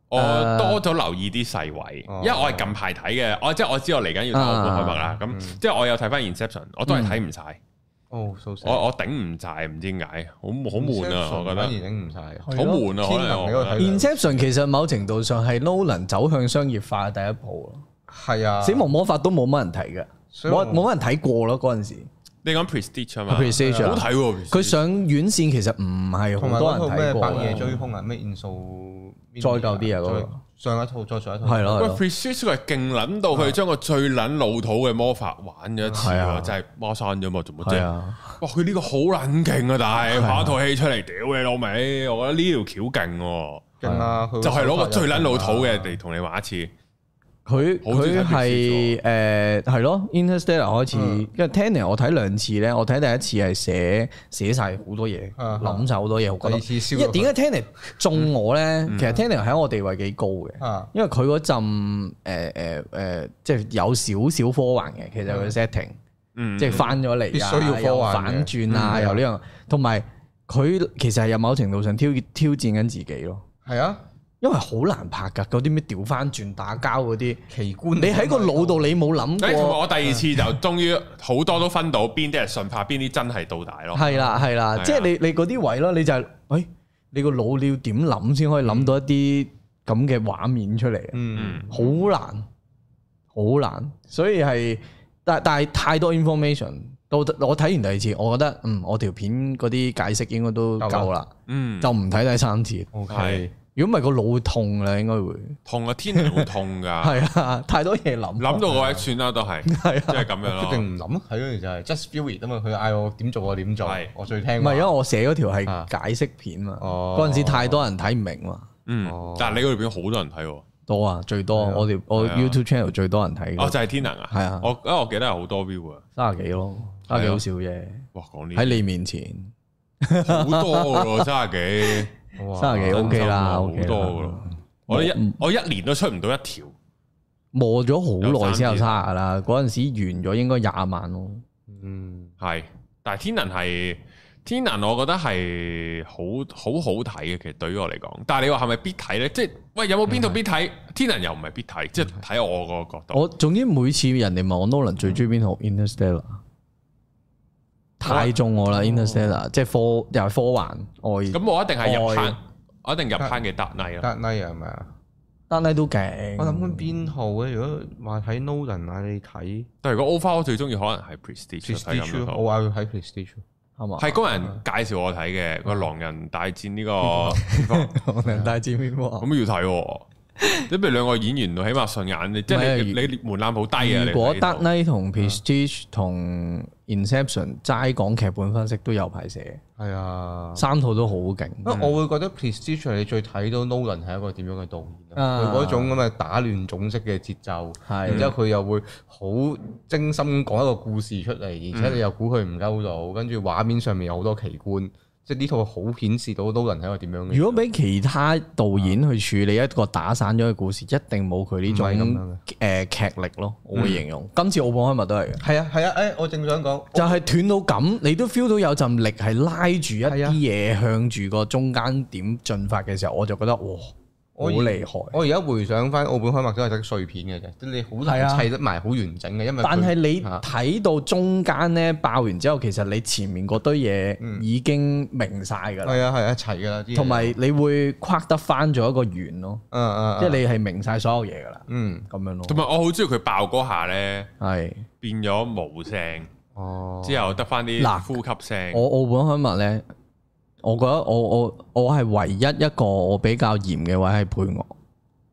C: 我
B: 誒
C: 多咗留意啲細位，
A: 哦
C: 因為我係近排睇嘅，我即係我知道嚟緊要睇《奧本海默》啦，咁即係我有睇翻《Inception》，我都係睇唔晒，
A: 哦，數成
C: 我我頂唔晒，唔知點解，好好悶啊，我覺
A: 反而
C: 得
A: 影唔晒。
C: 好悶啊，可
A: 天能
C: 能我
A: 你
C: 覺
A: 都
C: 得
A: 睇
B: Inception 其實某程度上係 Nolan 走向商業化嘅第一步咯。
A: 係啊，
B: 死亡魔法都冇乜人睇嘅，
A: 所以
B: 冇
A: 我
B: 冇乜人睇過咯嗰陣時。
C: 你講 Prestige 啊嘛，好
B: Prestige 啊
C: 睇喎，
B: 佢上院線其實唔係
A: 同埋嗰
B: 好多
A: 套
B: 人
A: 咩《
B: 睇過
A: 白夜追
B: 嘅。
A: 兇》啊，咩《燕數》
B: 再舊啲啊嗰個
A: 再上一套再上一套
B: 係咯
C: 喂 Prestige 佢係勁撚到佢將個最撚老土嘅魔法玩咗一次
B: 係
C: 喎，
B: 啊
C: 就係魔山啫嘛，做乜
B: 係
C: 啫？
B: 啊，
C: 哇！佢呢個好撚勁啊，但係拍一套戲出嚟，屌你老味，我覺得呢條橋勁喎。
A: 勁啊！佢
C: 就係攞個最撚老土嘅
A: 地
C: 嚟同你玩一次，
B: 佢
C: 好中意睇
B: 佢
C: Prestige
B: 係誒係咯，Interstellar 開始，
A: 嗯
B: 因為 Tenet 我睇兩次咧，我睇第一次係寫寫晒好多嘢，
A: 啊
B: 諗晒好多嘢，我覺
A: 第
B: 得
A: 二。次嗯燒咗
B: 因為
A: 佢。
B: 點解 Tenet 中我咧？其實 Tenet 喺我地位幾高嘅。
A: 啊？
B: 因為佢嗰陣誒誒誒，呃即係有少少科幻嘅，其實佢 setting，
C: 嗯，
B: 即係翻咗
A: 必
B: 嚟
A: 須要
B: 啊，又
A: 科幻嘅
B: 反轉啊，
A: 嗯
B: 又呢樣，同埋佢其實係有某程度上挑挑戰緊自己咯，
A: 係啊，
B: 因為好難拍㗎，嗰啲咩調翻轉打交嗰啲，
A: 奇觀
B: 你喺個腦度你冇
A: 哎
C: 誒
B: 諗
C: 同埋
B: 過，
C: 我第二次就終於好多都分到邊啲係順拍，邊啲真係到大咯。
B: 係啦係啦
C: 係，啊
B: 即係你你嗰啲位咯，你就係，誒你個腦你要點諗先可以諗到一啲咁嘅畫面出嚟啊？
A: 嗯
B: 好難，好難，所以係，但但係太多 information。到我睇完第二次，我覺得嗯，我條片嗰啲解釋應該都夠啦，
C: 嗯，
B: 就唔睇第三次。
A: ，OK
C: 係。
B: 如果唔係個腦會痛啦，應該會
C: 痛啊，天好痛噶，
B: 係啊，太多嘢諗。
C: 諗到嗰位算啦，都係
B: 係啊
C: 即係咁樣
A: 一
C: 咯。
A: 定唔諗，啊係嗰陣就係 just feel it 啊嘛！佢嗌我點做我點做
C: 係，
A: 我最聽
B: 唔
A: 話。
B: 係因為我寫嗰條係
A: 啊
B: 解釋片嘛，
A: 哦
B: 嗰陣時太多人睇唔明嘛，
C: 嗯
A: 哦，
C: 但係你嗰裏邊好多人睇喎，
B: 多啊，最
A: 係
B: 多
A: 啊
B: 我條我
C: 係啊
B: YouTube channel 最多人睇
C: 哦就
B: 嘅，
C: 係天能啊，
B: 係啊
C: 我因為我記得係好多 view 啊，
B: 三十幾咯，三十幾好少啫，
C: 哇，講呢
B: 喺
C: 啲
B: 你面前
C: 好多噶喎，三 十幾，
A: 哇
B: 三十幾 OK 啦
C: 真
B: ，OK
C: 心喎好多噶
B: 啦
C: 咯。。我一我一年都出唔到一條，
B: 磨咗好耐先有沙牙啦，嗰陣時完咗應該廿萬咯，
A: 嗯，
C: 係，但係天能係天能，我覺得係好好好睇嘅。其實對於我嚟講，但係你話係咪必睇咧？即係喂，有冇邊度必睇？天能又唔係必睇，即係睇我個角度。
B: 嗯我總之每次人哋問我 Nolan 最中意邊套
C: 嗯
B: Interstellar，太中我啦 Interstellar，即係科又係科幻外，
C: 哦咁我一定係入
B: 愛
C: 坑，我一定入坑嘅 Dark Knight
A: 得
C: 咯。
A: Night 係咪啊？
B: 但係都勁。
A: 我諗緊邊號咧？如果話睇 Nolan 嗌你睇
C: 但係如果 Over 我最中意可能係 Prestige 睇咁
A: Prestige，
C: 樣
A: 我嗌佢睇 Prestige。
B: 係嘛？
C: 係工人介紹我睇嘅個狼人大戰呢個，
B: 《狼人大戰邊個？
C: 咁要 睇喎。你譬如兩個演員，起碼順眼，你即係你
B: 唔係
C: 你門檻好低啊！
B: 如果
C: 你睇
B: Dark Knight 同 Prestige 同 Inception 齋講劇本分析都有排寫，
A: 係啊，
B: 三套都好勁。
C: 嗯
A: 因為我會覺得 Prestige 係你最睇到 Nolan 係一個點樣嘅導演啊，
B: 啊
A: 佢嗰種咁嘅打亂種式嘅節奏，
B: 係
A: 然之後佢又會好精
C: 嗯
A: 心講一個故事出嚟，而且你又估佢唔鳩到，跟住畫面上面有好多奇觀，即即係呢套好顯示到 Nolan 係一個點樣嘅人。
B: 如果俾其他導演去處理一個打散咗嘅故事，一定冇佢呢
A: 唔係咁樣嘅嗯
B: 種誒劇力咯。我會形容今次奧本海默都係嘅，
A: 係啊係啊，誒我正想講，
B: 就係斷到咁，你都 feel 到有陣力係拉住一
A: 係啊
B: 啲嘢向住個中間點進發嘅時候，我就覺得哇，好
A: 我而
B: 厲害。
A: 我而家回想翻澳本海默都係得碎片嘅啫，即係你好
B: 係
A: 難
B: 啊
A: 砌得埋好完整嘅，因為佢
B: 但係你
A: 啊
B: 睇到中間咧爆完之後，其實你前面嗰堆
A: 嗯
B: 嘢已經明晒㗎啦，
A: 係啊係啊一齊㗎啦，啲嘢
B: 同埋你會框得翻咗一個圓咯，
A: 嗯嗯，
B: 即係
A: 嗯
B: 你係明晒所有嘢㗎啦，
A: 嗯
B: 咁樣咯，
C: 同埋我好中意佢爆嗰下咧，
B: 係。
C: 變咗無聲，
A: 哦，
C: 之後得翻啲
B: 嗱
C: 呼吸聲。
B: 我澳本海默咧，我覺得我我我係唯一一個我比較嚴嘅位係配樂，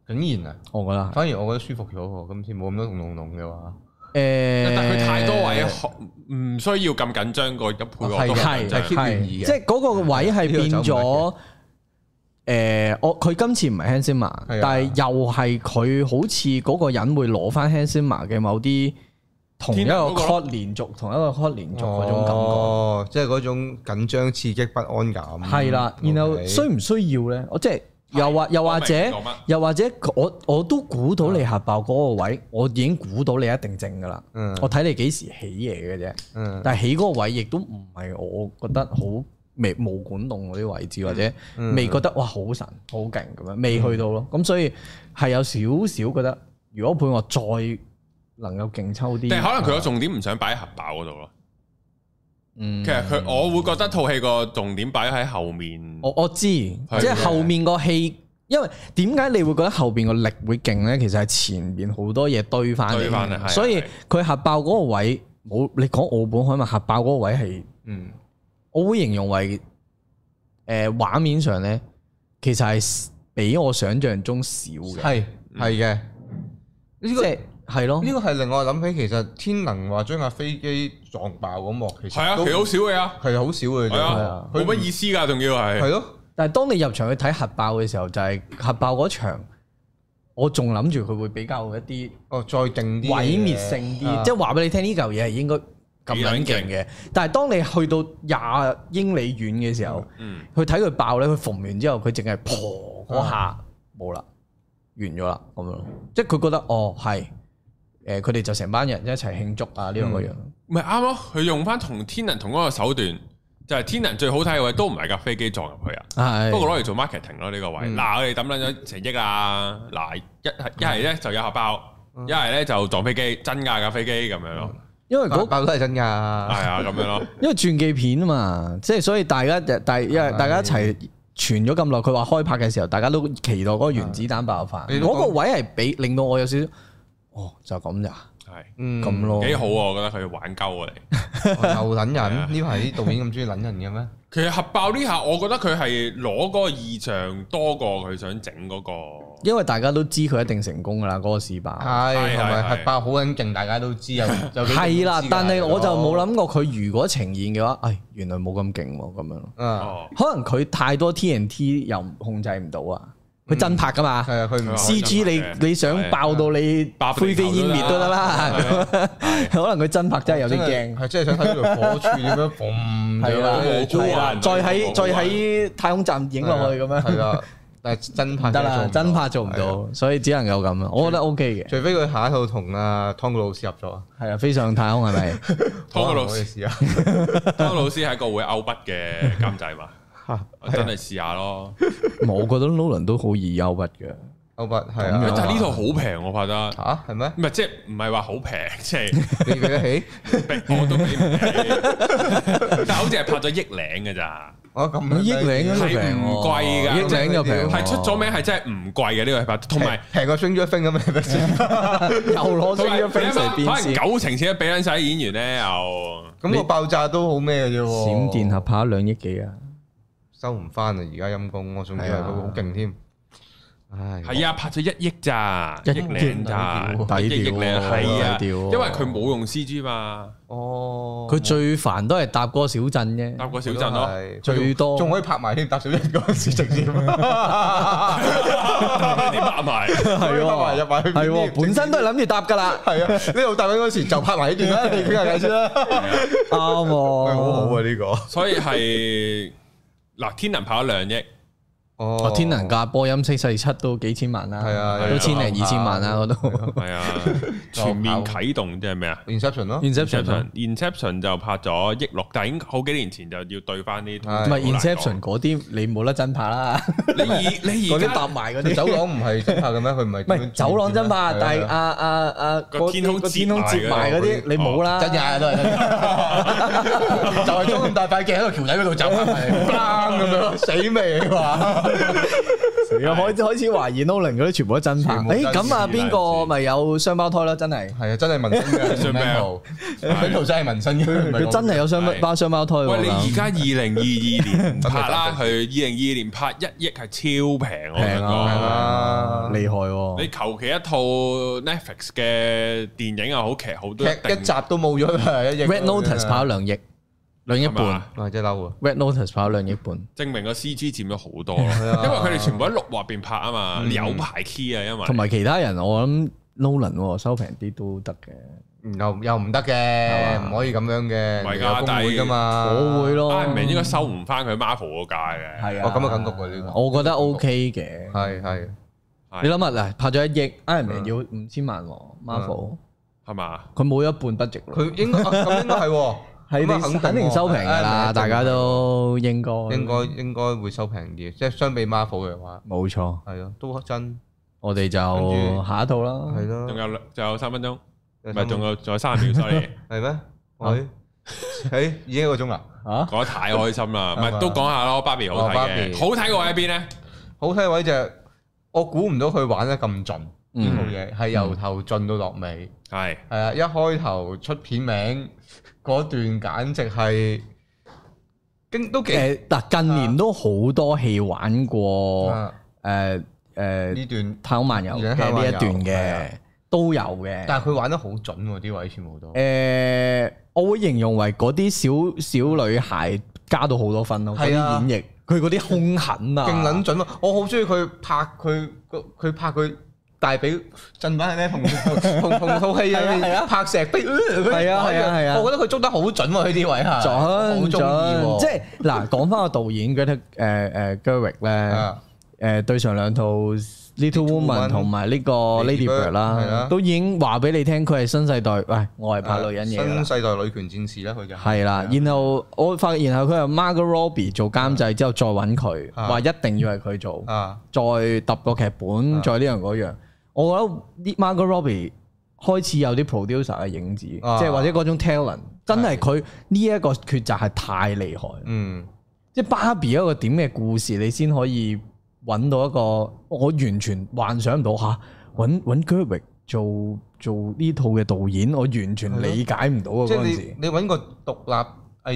A: 竟然啊！
B: 我覺得係。
A: 反而我覺得舒服咗喎，今次冇咁多同濃濃嘅話，
B: 誒，
C: 但佢太多位，唔需要咁緊張個一配
A: 啊
C: 我
A: 係
C: 都
A: 嘅
B: 係
A: 就係 keep
B: 係
A: 完意嘅
B: 即係嗰個位係變
A: 呢個走
B: 咗。誒，我佢今次唔係 Hans Zimmer，
A: 係啊
B: 但係又係佢好似嗰個人會攞翻 Hans Zimmer 嘅某啲同一
C: 天
B: 個
C: 堂嗰個咯
B: chord 連續，同一個 chord 連續嗰種感覺。
A: 哦，即係嗰種緊張、刺激、不安感。
B: 係啦，然後
A: OK
B: 需唔需要咧？我即係又或又或
C: 我
B: 者
C: 明你講乜
B: 又或者我我都估到你核爆嗰個位，我已經估到你一定正噶啦。
A: 嗯
B: 我睇你幾時起嘢嘅啫。
A: 嗯
B: 但係起嗰個位亦都唔係我覺得好未冇管動嗰啲位
A: 嗯
B: 置，或者未覺得哇好神好勁咁樣，未去到咯。咁所以係有少少覺得，如果配我再能夠勁抽啲，
C: 但係可能佢個重點唔想擺喺核爆嗰度咯。
B: 嗯
C: 其實佢我會覺得套戲個重點擺喺後面。
B: 我我知，即
C: 嘅
B: 係後面個戲，因為點解你會覺得後邊個力會勁咧？其實係前邊好多嘢堆翻
C: 堆返嚟係
B: 嚟，所以
C: 係
B: 佢核爆嗰個位冇你講澳本海默核爆嗰個位係，
A: 嗯
B: 我會形容為誒、呃、畫面上咧，其實係比我想象中少嘅，
A: 係係嘅，
B: 即係係咯
A: 呢，個係令我諗起其實天能話將架飛機撞爆嗰幕，其實
C: 係啊，
A: 都
C: 其實好少嘅啊，
A: 係好少嘅啫，
C: 係啊，冇乜意思㗎，仲要
A: 係
C: 係
A: 咯。
B: 但係當你入場去睇核爆嘅時候，就係、核爆嗰場，我仲諗住佢會比較一啲。
A: 哦，再勁啲嘅，
B: 毀滅性啲，
A: 啊
B: 即係話俾你聽呢嚿嘢係應該咁撚勁嘅。但係當你去到廿英里遠嘅時候，
C: 嗯
B: 去睇佢爆咧，佢縫完之後，佢淨係破嗰
A: 啊
B: 下冇啦，完咗啦咁樣咯。即係佢覺得哦係，誒佢哋就成班人一齊慶祝啊呢樣嗰樣。
C: 唔係啱咯？佢用翻同天能同嗰個手段，就係天能最好睇嘅位都唔係架飛機撞入去啊。
B: 係
C: 不過攞嚟做 marketing 咯呢個位。
A: 嗯
C: 嗱，我哋抌撚咗成億啊！嗱，一係一係咧就有核爆，
A: 嗯
C: 一係咧就撞飛機，真㗎架飛機咁樣咯，
B: 因為
A: 爆
B: 嗰
A: 爆都係真㗎。
C: 係啊咁樣咯。
B: 因為傳記片啊嘛，即係所以大家就大因
A: 嗯
B: 為大家一齊。傳咗咁耐，佢話開拍嘅時候，大家都期待嗰個原子彈爆發，
A: 你都
B: 嗰
A: 講
B: 個位係俾令到我有少少，哦就咁咋
C: 係
A: 嗯哦
B: 咁咯。
C: 幾好啊！我覺得佢玩鳩我哋。
A: 又撚
C: 係啊
A: 人，呢排啲導演咁中意撚人嘅咩？
C: 其實核爆呢下，我覺得佢係攞嗰個意象多過佢想整嗰個。
B: 因為大家都知佢一定成功噶啦，嗰、個試爆
A: 啊係，同
C: 係
A: 埋
C: 係
A: 核爆好撚勁，大家都知有 有幾
B: 係啦
A: 知㗎，
B: 但係我就冇
A: 大佬
B: 諗過佢如果呈現嘅話，唉，原來冇咁勁喎，咁樣咯。
A: 啊，
C: 哦，
B: 可能佢太多 TNT 又控制唔到啊，佢真拍噶嘛、
A: 係啊，佢唔
C: 係啊
B: c G
C: 真拍
B: 你
C: 嘅
B: 你想爆到你
C: 爆
B: 灰飛煙滅都得啦，可能佢真拍真係有啲
A: 係
B: 驚，
A: 係真係想睇條火柱點 樣嘣
B: 係啦
C: 高
B: 係
C: 啊
B: 啦，再
C: 好
B: 喺
C: 啊
B: 再喺太空站影落去咁樣
A: 係啦，但係真拍
B: 唔得
A: 做
B: 啦，
A: 唔
B: 啊真
A: 到
B: 拍做唔，
A: 係啊
B: 到，所以只能夠咁啊。我覺得 OK 嘅，
A: 除非佢下一套同阿湯告老師合作啊，
B: 係啊，飛上太空係咪？
C: 湯哥老
A: 可能我
C: 師
A: 哋。試下，
C: 當老師係一個會勾筆嘅監 製嘛，
A: 啊
C: 我真係試下咯。
B: 我覺得 Nolan 都好易憂鬱嘅。
A: 歐巴係
B: 咁
C: 但
B: 樣
A: 啊，
C: 係呢套好平，我覺得。
A: 嚇係咩？
C: 唔係即係唔係話好平，即係
A: 你記得起？
C: 我都俾唔 起。但係好似係拍咗億領嘅咋，
A: 我咁
B: 億領
C: 都
B: 都
C: 平
B: 平
C: 喎
B: 億領就平
E: 哦
B: 喎，
C: 係出咗名係真係唔貴嘅呢個戲拍，同埋
A: 平過 Stranger Thing 咁樣得 先。
B: 又攞
C: 同
B: 升
C: 埋
B: 咗飛嚟
C: 可
B: 變
C: 能
B: 線，
C: 九成錢都俾緊晒啲演員咧，又
A: 咁個爆炸都好咩嘅啫喎？
B: 閃電俠拍咗兩億幾啊！
A: 收唔翻啊！而家陰公，我仲以為佢好勁添。唉，
C: 係
E: 哦
C: 啊，拍咗一億咋，
B: 一
C: 億
B: 億
C: 領咋，
A: 抵
B: 喎
C: 一億領係啊，
B: 抵
C: 因
B: 調喎
C: 為佢冇用 C G 嘛，
A: 哦，
B: 佢最煩都係搭嗰個小鎮
C: 搭
B: 啫，
C: 過小鎮咯。
A: 係
B: 最多
A: 仲可以拍埋添，搭小一嗰陣時直接
C: 啲拍埋。
A: 係喎入埋去邊
B: 係喎，本身都係諗住搭㗎啦，
A: 係啊，呢度搭緊嗰時就拍埋呢段啦，你傾下偈先啦。
B: 啱喎，
A: 呢個，
C: 所以係
E: 嗱，天能跑咗兩億，
A: 哦
B: 哦，天能價波音四四七都幾千萬啦，
A: 係啊
B: 都千零二千萬啦，嗰度。
E: 係啊， 全面
C: 哦
E: 啟動即係咩啊
A: Inception 咯，
B: Inception 啊
E: ？Inception，Inception 就拍咗億六，但係已經好幾年前就要對翻啲
A: 係
B: 唔係
E: 好難講
B: Inception 嗰啲，你冇得真拍啦。
E: 你而你
B: 嗰
E: 而
B: 啲
E: 家
B: 搭埋
A: 佢
B: 嗰啲
A: 走廊唔係真拍嘅咩？佢唔係
B: 唔係走廊真嘛，但係
A: Ờ.
B: 啊啊啊
E: 個
B: 嗰
E: 天空
B: 個
E: 折
B: 天空接埋嗰
E: 埋嗰
B: 啲
E: 啲
B: 你冇啦，
F: 真嘅都係真嘅 就係裝咁大塊鏡喺度橋底嗰度走 翻嚟，咁樣死未話？
B: 又開開始懷疑 Nolan 嗰啲全部都真拍。
A: 全部真
B: 誒咁啊，
E: 事
B: 邊個咪有雙胞胎啦？真係，
A: 係啊，真係紋身嘅
E: Inception 咩啊
F: 佢圖真係紋身嘅，唔係
B: 佢真係有雙
E: 係
B: 胞雙胞胎喎。
E: 喂，你而家二零二二年唔拍啦，佢
A: 得
E: 二零二二年拍一億係超平，我想
B: 平
E: 講。
A: 啊，
B: 厲害喎！
E: 你求其一套 Netflix 嘅電影又好劇好都一
A: 劇
E: 定
A: 一集都冇咗啦，一億
B: Red
A: Ờ.
B: Notice 跑咗兩億，兩億
E: 係嘛
B: 半。
A: 哇真係嬲啊！
B: Red Notice 跑咗兩億半，
E: 證明個 CG 佔咗好多咯，因為佢哋全部喺綠畫邊拍啊嘛，有排 key 啊，因為
B: 同埋其他人我諗 Nolan 喎收平啲都得嘅，
A: 又又唔得嘅，唔可以咁樣嘅，
E: 唔係㗎
A: 有工會㗎嘛，
B: 我會咯。
E: Iron Man 啊應該收唔翻佢 Marvel 個價嘅，
B: 係
A: 哦
B: 啊，
A: 咁啊緊局喎呢個
B: 我覺得 OK 嘅。
A: 係係
E: 係
B: 你諗下嗱，拍咗一億，Iron Man 要五千萬喎，Marvel
E: 係嘛？
B: 佢冇一半 budget 喎。
A: 佢應該啊咁應該係喎，
B: 係
A: 咁啊
B: 你肯定收平㗎啦，
A: 喎
B: 大家都應該
A: 應該應該會收平啲，即係相比 Marvel 嘅話，
B: 冇錯。
A: 係咯，都真
B: 我哋
A: 跟
B: 就
A: 住
B: 下一套啦，
A: 係
E: 仲
A: 咯，
E: 有兩仲有三分鐘，唔
A: 唔
E: 係仲有仲有三十秒，sorry，
A: 係咩？喂，誒已經一個鐘啦，
B: 嚇
E: 講得太開心啦，唔
A: 係
E: 係
A: 嘛
E: 都講下咯，Barbie 好睇
A: 哦
E: 嘅，
A: ，Barbie
E: 好睇過喺邊咧？
A: 好睇位就係我估唔到佢玩得咁盡呢套
B: 嗯，
A: 嘢，係由頭盡到落尾。
E: 係
A: 係啊，一開頭出片名嗰段簡直係經都幾
B: 誒嗱，近年都好多戲玩過
A: 啊
B: 誒誒
A: 呢段，
B: 太空漫遊嘅呢一段嘅都有嘅，
A: 但係佢玩得好準喎，啲位全部都
B: 誒、呃我會形容為嗰啲小小女孩加到好多分咯，嗰
A: 係
B: 啲、
A: 啊
B: 演繹，佢嗰啲兇狠啊，
A: 勁撚準咯！我好中意佢拍佢佢拍佢大髀震板係咩？同同 同套戲
B: 係啊係啊
A: 拍石呃壁
B: 係啊係啊係啊
A: 我覺得佢捉得好準喎，佢啲位係
B: 準
A: 好中意
B: 準，
A: 喎，啊
B: 即係嗱，講翻個導演 g r e t 誒誒 Gerwig 咧，
A: 啊
B: 誒對上兩套 Little Woman
A: Woman
B: 同埋呢個
A: Lady
B: Lady Bird
A: Bird，係
B: 啦
A: 啊，
B: 都已經話俾你聽，佢係新世代，喂，我係拍女人嘢㗎啦
A: 新。世代女權戰士啦，佢就係啊
B: 係啦，然後我發現，然後佢係 Margot Robbie 做監製之後再揾佢，
A: 啊
B: 話一定要係佢做。
A: 啊
B: 再揼個劇本，
A: 啊
B: 再呢樣嗰樣。我覺得呢 Margot Robbie 開始有啲 producer 嘅影子，即
A: 啊
B: 係或者嗰種 talent，真係佢呢一個抉擇係太厲害。
A: 嗯
B: 即係芭比一個點嘅故事，你先可以揾到一個我完全幻想唔到嚇，揾揾 Gerwig 做做呢套嘅導演，我完全理解唔到啊
A: 即
B: 嗰
A: 係
B: 陣時
A: 你。你揾個獨立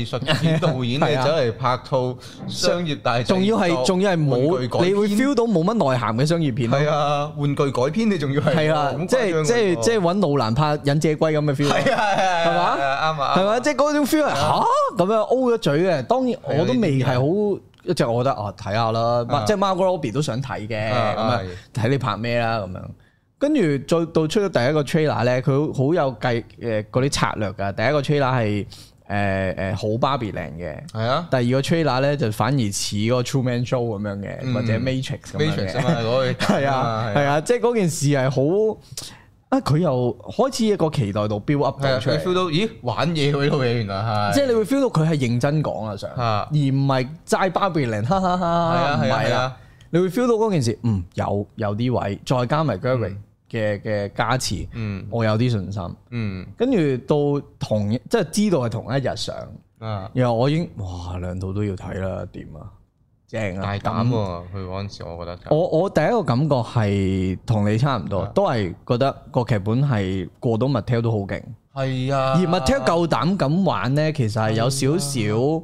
A: 藝術片導演，
B: 係
A: 你
B: 啊
A: 走嚟拍套商業大製作，
B: 仲要係仲要係冇，
A: 玩具改編
B: 你會 feel 到冇乜內涵嘅商業片咯。
A: 係啊，玩具改編你仲要係哦
B: 係啦，
A: 咁誇
B: 即係
A: 張
B: 即係
A: 喎
B: 即係揾路蘭拍忍者龜咁嘅 feel 咯。
A: 係啊係啊
B: 係嘛
A: 係啊啱啊
B: 係咪？即係嗰種 feel 係嚇咁樣哦 O 咗嘴嘅。當然
A: 係啊
B: 我都未係好，即係我覺得啊睇下啦，
A: 啊
B: 即係 Margot Robbie 都想睇嘅，
A: 啊
B: 咁啊
A: 係
B: 睇你拍咩啦咁樣。跟住再到出咗第一個 trailer 咧，佢好有計誒嗰啲策略㗎。第一個 trailer 係誒誒好芭比 land 嘅。
A: 係啊
B: 第二個 trailer 咧就反而似嗰個 True Man Show 咁樣嘅，
A: 嗯
B: 或者 Matrix 咁樣嘅
A: ，Matrix 啊嘛嗰個
B: 係啊，係啊，即係嗰件事係好啊，佢又開始一個期待度 build up
A: 係啊，
B: 到出
A: 你
B: 嚟
A: feel。到咦玩嘢嗰套嘢原來係
B: 即係你會 feel 到佢係認真講啊，想，
A: 啊
B: 而唔係齋芭比零，哈哈
A: 係
B: 哈，
A: 啊
B: 唔
A: 係啊
B: 係
A: 係
B: 啦
A: 啊，
B: 你會 feel 到嗰件事，嗯，有有啲位，再加埋 g e r r y 嘅嘅加持，
A: 嗯
B: 我有啲信心。
A: 嗯
B: 跟住到同一即係知道係同一日上，
A: 啊
B: 然後我已經哇兩套都要睇啦，點啊，正啊，
A: 大膽
B: 咁
A: 喎，佢嗰陣時我覺得
B: 我我第一個感覺係同你差唔多，
A: 啊
B: 都係覺得個劇本係過到 Mattel 都好勁，
A: 係啊，
B: 而 Mattel 夠膽咁玩呢，其實係有少少誒、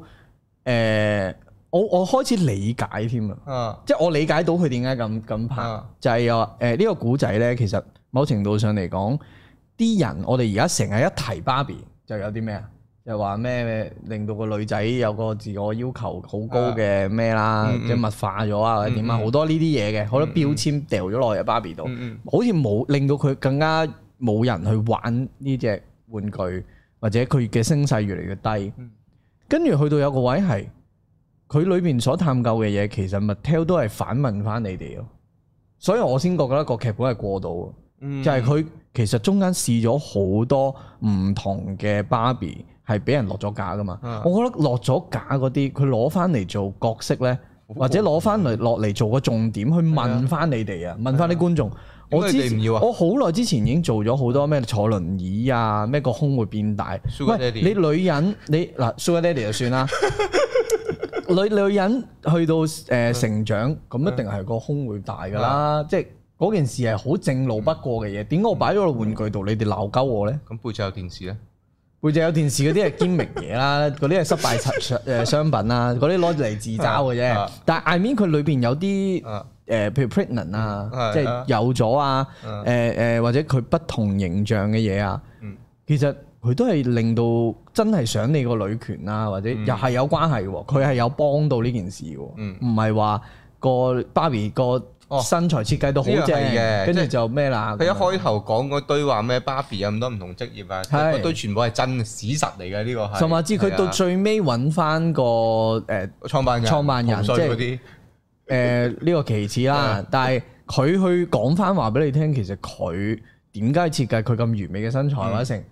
B: 呃我我開始理解添啊，
A: 啊
B: 即係我理解到佢點解咁咁拍，
A: 啊
B: 就係話誒呢個古仔呢，其實某程度上嚟講，啲人我哋而家成日一提芭比就有啲咩啊？就話咩咩令到個女仔有個自我要求好高嘅咩啦，
A: 嗯嗯
B: 即係物化咗啊或者點啊，
A: 嗯嗯
B: 好多呢啲嘢嘅，好多標籤掉咗落去芭比度，
A: 嗯
B: 好似冇令到佢更加冇人去玩呢只玩具，或者佢嘅聲勢越嚟越低。跟住去到有個位係佢裏面所探究嘅嘢，其實 Mattel 都係反問翻你哋咯。所以我先覺得個劇本係過到嘅，
A: 嗯
B: 就係佢其實中間試咗好多唔同嘅芭比係俾人落咗架噶嘛。
A: 啊
B: 我覺得落咗架嗰啲，佢攞翻嚟做角色呢，或者攞翻嚟落嚟做個重點去問翻你哋啊，問翻啲觀眾。
A: 點
B: 我
A: 解
B: 之
A: 你哋
B: 前
A: 唔要啊
B: 我好耐之前已經做咗好多咩坐輪椅啊，咩個胸會變大。
A: Sugar
B: 喂，
A: Daddy
B: 你女人你嗱 Sugar Daddy 就算啦。女女人去到誒、呃成長，咁
A: 嗯
B: 一定係個胸會大㗎
A: 啊
B: 啦，即係嗰件事係好正路不過嘅
A: 嗯
B: 嘢。點解我擺咗個玩具度，你哋鬧鳩我咧？
A: 咁背脊有電視咧，
B: 背脊有電視嗰啲係堅明 嘢啦，嗰啲係失敗產誒商品啦，嗰啲攞嚟自嘲嘅啫
A: 啊。
B: 但係 I mean 佢裏邊有啲誒
A: 啊，
B: 呃譬如 pregnant 啊，
A: 嗯
B: 即
A: 係啊
B: 係有咗啊，
A: 嗯
B: 誒誒或者佢不同形象嘅嘢啊
A: 嗯，
B: 其實佢都係令到真係想你個女權啊，或者又係有關係喎，佢係有幫到呢件事喎，
A: 嗯
B: 唔係話個芭比個
A: 哦
B: 身材設計到好
A: 呢個
B: 正
A: 係嘅
B: 跟住
A: 即係
B: 就咩啦，
A: 佢一開頭講嗰堆話咩芭比有咁多唔同職業啊，
B: 係
A: 嗰堆全部係真史實嚟嘅呢個係。
B: 甚至佢到最尾揾翻個呃誒。
A: 係啊創辦人、
B: 創辦人
A: 紅
B: 即
A: 水
B: 係
A: 嗰啲
B: 誒呢個其次
A: 啊
B: 啦，但係佢去講翻話俾你聽，其實佢點解設計佢咁完美嘅身材或者
A: 嗯
B: 成，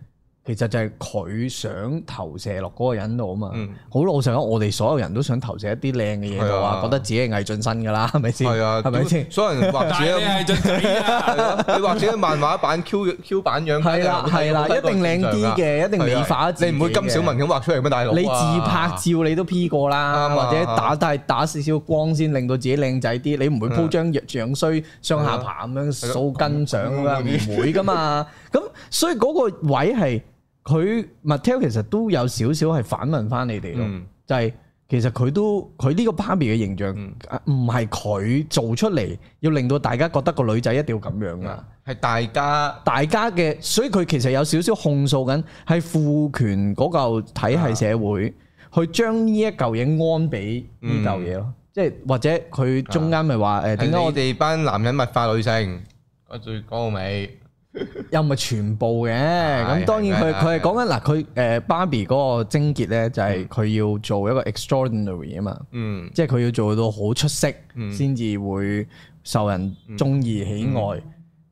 B: 其實就係佢想投射落嗰個人度啊嘛
A: 嗯。
B: 好老實講，我哋所有人都想投射一啲靚嘅嘢度啊，
A: 係啊
B: 覺得自己係魏晉身㗎啦，係咪先？
A: 係啊，
B: 係咪先？
A: 所有人畫
C: 但
A: 自己
C: 系
A: 有
C: 你 係隻仔啊！
A: 係啊 你畫自己漫畫版 Q Q 版樣，一
B: 係啦
A: 定好睇
B: 係啦
A: 好睇過
B: 一定靚
A: 正
B: 啲
A: 常㗎
B: 嘅一定美
A: 係啊
B: 化自己
A: 你唔會金小文咁畫出嚟咩大佬啊？
B: 你自拍照你都 P 過啦，
A: 啱啊嗯
B: 或者打低打少少光先令到自己靚仔啲，你唔會鋪張樣衰雙下巴咁樣掃根相咁樣，唔會 噶嘛。咁所以嗰個位係佢 Mattel 其實都有少少係反問翻你哋咯，
A: 嗯
B: 就係其實佢都佢呢個 Barbie 嘅形象啊唔係佢做出嚟，要令到大家覺得個女仔一定要咁樣噶。
A: 係大家
B: 大家嘅，所以佢其實有少少控訴緊，係父權嗰嚿體
A: 啊
B: 系社會，去將呢一嚿嘢安俾呢嚿嘢咯。即係或者佢中間咪話誒
A: 係
B: 點解
A: 嗯啊你
B: 我哋
A: 哋班男人物化女性，我最講到尾。
B: 又唔係全部嘅？
A: 啊係
B: 咁當然佢
A: 係係
B: 佢係講緊嗱，佢誒芭比嗰個症結咧，就係佢要做一個 extraordinary 啊嘛，
A: 嗯
B: 即係佢要做到好出色先至會受人中意喜愛。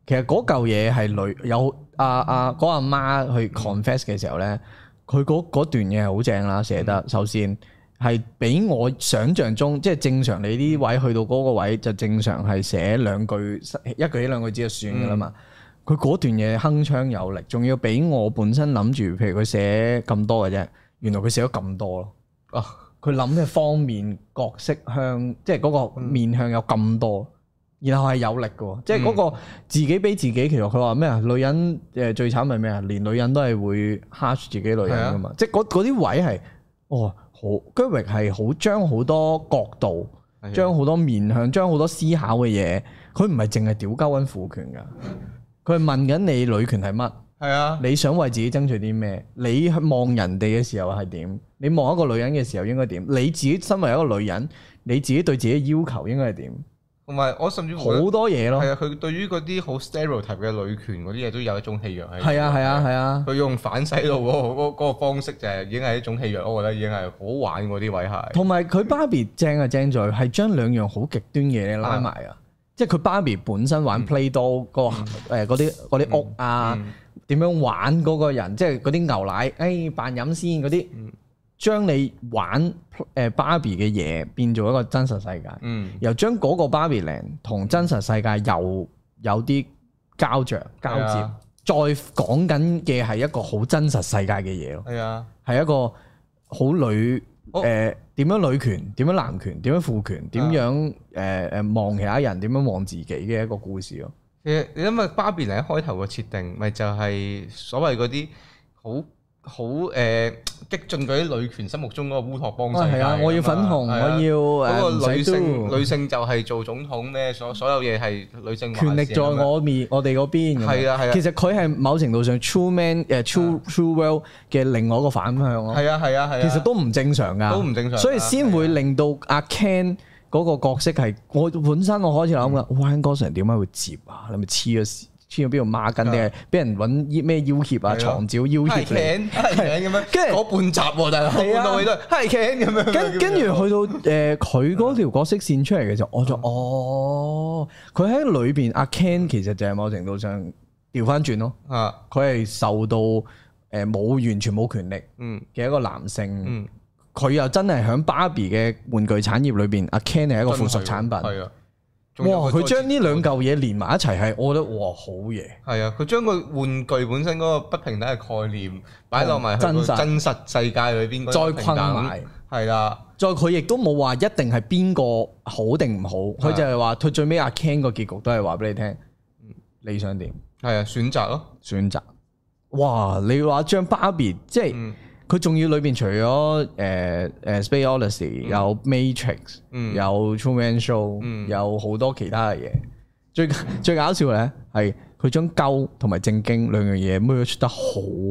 B: 其實嗰嚿嘢係女有阿阿嗰阿媽去 confess 嘅時候咧，佢嗰嗰段嘢係好正啦，寫得首先係比我想象中，即係正常你呢位去到嗰個位就正常係寫兩句一句起兩句止就算噶啦嘛。佢嗰段嘢鏗鏘有力，仲要比我本身諗住，譬如佢寫咁多嘅啫，原來佢寫咗咁多咯。
A: 哦
B: 佢諗嘅方面、角色向，即係嗰
A: 嗯
B: 個面向有咁多，然後係有力嘅喎，即係嗰
A: 嗯
B: 個自己俾自己。其實佢話咩啊？女人誒最慘係咩啊？連女人都係會 hush 自己女人噶
A: 啊
B: 嘛，即係嗰嗰啲位係哦，好 g e r i 係好將好多角度
A: 係啊，
B: 將好多面向，將好多思考嘅嘢，佢唔係淨係屌鳩緊父權㗎，佢係問緊你女權係乜？
A: 係啊，
B: 你想為自己爭取啲咩？你望人哋嘅時候係點？你望一個女人嘅時候應該點？你自己身為一個女人，你自己對自己要求應該係點？
A: 同埋我甚至乎覺得
B: 好多嘢咯，
A: 係啊，佢對於嗰啲好 stereotype 嘅女權嗰啲嘢都有一種戲謔喺。
B: 係啊係啊係啊，
A: 佢用反洗腦嗰個嗰嗰個方式就係已經係一種戲謔，我覺得已經係好玩嗰啲位係。
B: 同埋佢芭比正啊正在係將兩樣好極端嘅嘢拉埋啊！嗯即係佢芭比本身玩 play doh 嗰個誒嗰啲嗰啲屋啊，
A: 嗯
B: 點樣玩嗰個人，即係嗰啲牛奶，誒扮飲先嗰啲，將你玩誒芭比嘅嘢變做一個真實世界。
A: 嗯，
B: 又將嗰個 Barbie Land 同真實世界又有啲交着交
A: 係
B: 接
A: 啊，
B: 再講緊嘅係一個好真實世界嘅嘢咯，
A: 係啊，
B: 係一個好女
A: 哦
B: 誒點樣女權，點樣男權，點樣父權，點樣誒誒望其他人，點樣望自己嘅一個故事咯。
A: 其實你諗下芭比嚟一開頭嘅設定，咪就係所謂嗰啲好好誒激進嗰啲女權心目中嗰個烏托邦世界
B: 係
A: 㗎
B: 啊
A: 嘛，
B: 我要粉紅，
A: 係啊
B: 我要
A: 嗰
B: 誒
A: 個
B: 唔
A: 女
B: 使
A: 性
B: do
A: 女性就係做總統咩？所所有嘢係女性話事啊
B: 權力在
A: 咁樣
B: 我面，我哋嗰邊。咁樣
A: 係啊係啊
B: 其實佢係某程度上 True Man 誒 True True World 嘅另外一個反向咯。
A: 係啊係啊係啊，
B: 其實都唔正常噶，
A: 都唔正常㗎啊
B: 所以先會令到阿 Ken
A: 嗯
B: 嗰個角色係我本身我開始諗噶，Ryan Gosling 點解會接啊？你咪黐咗線黐咗邊度孖筋定係俾人揾咩要挟
A: 係
B: 啊、
A: 咯
B: 床照要
A: 係
B: 挟
A: 頸
B: 你。
A: 係頸咁樣，
B: 跟住
A: 嗰半集喎，大佬
B: 係啊
A: 半到尾都係係頸咁樣。
B: 跟跟住去到誒
A: 嗯
B: 佢嗰條角色線出嚟嘅時候，我就哦，佢喺裏邊阿 Ken 其實就係某程度上調翻轉咯，
A: 啊，
B: 佢係受到誒冇、完全冇權力
A: 嗯
B: 嘅一個男性
A: 嗯，
B: 佢、又真係喺芭比嘅玩具產業裏邊，阿 Ken 係一個附屬產品。
A: 係啊，仲有
B: 哇！佢將呢兩
A: 個
B: 嚿嘢連埋一齊係，我覺得哇好嘢，
A: 係啊，佢將個玩具本身嗰個不平等嘅概念擺落埋去
B: 真
A: 個
B: 實
A: 真實世界裏邊嗰
B: 再
A: 種
B: 困
A: 平等
B: 埋。
A: 係啦，
B: 再佢亦都冇話一定係邊個好定唔好，
A: 係
B: 佢就係話佢最尾阿 Ken 個結局都係話俾你聽，
A: 嗯
B: 你想點
A: 係啊，選擇咯，
B: 選擇。哇！你話將芭比即係
A: 嗯
B: 佢仲要裏邊除咗誒誒 Space Odyssey 有 Matrix，
A: 嗯
B: 有 True Man Show，
A: 嗯
B: 有好多其他嘅嘢。最最搞 笑咧係佢將鳩同埋正經兩樣嘢 merge 得好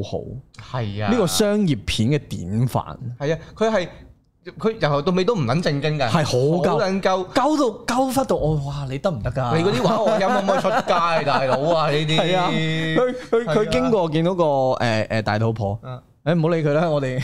B: 好，
A: 係啊，
B: 呢個商業片嘅典範。
A: 係啊，佢係佢由頭到尾都唔撚正經㗎，
B: 係好鳩
A: 好撚鳩。
B: 鳩到鳩忽到我，哇！你得唔得㗎？
A: 你嗰啲話我音可唔可以出街，大佬啊？呢啲
B: 係啊，佢
A: 係
B: 佢佢
A: 啊
B: 經過見到個誒誒大肚婆
A: 啊，
B: 誒唔好理佢啦，我 哋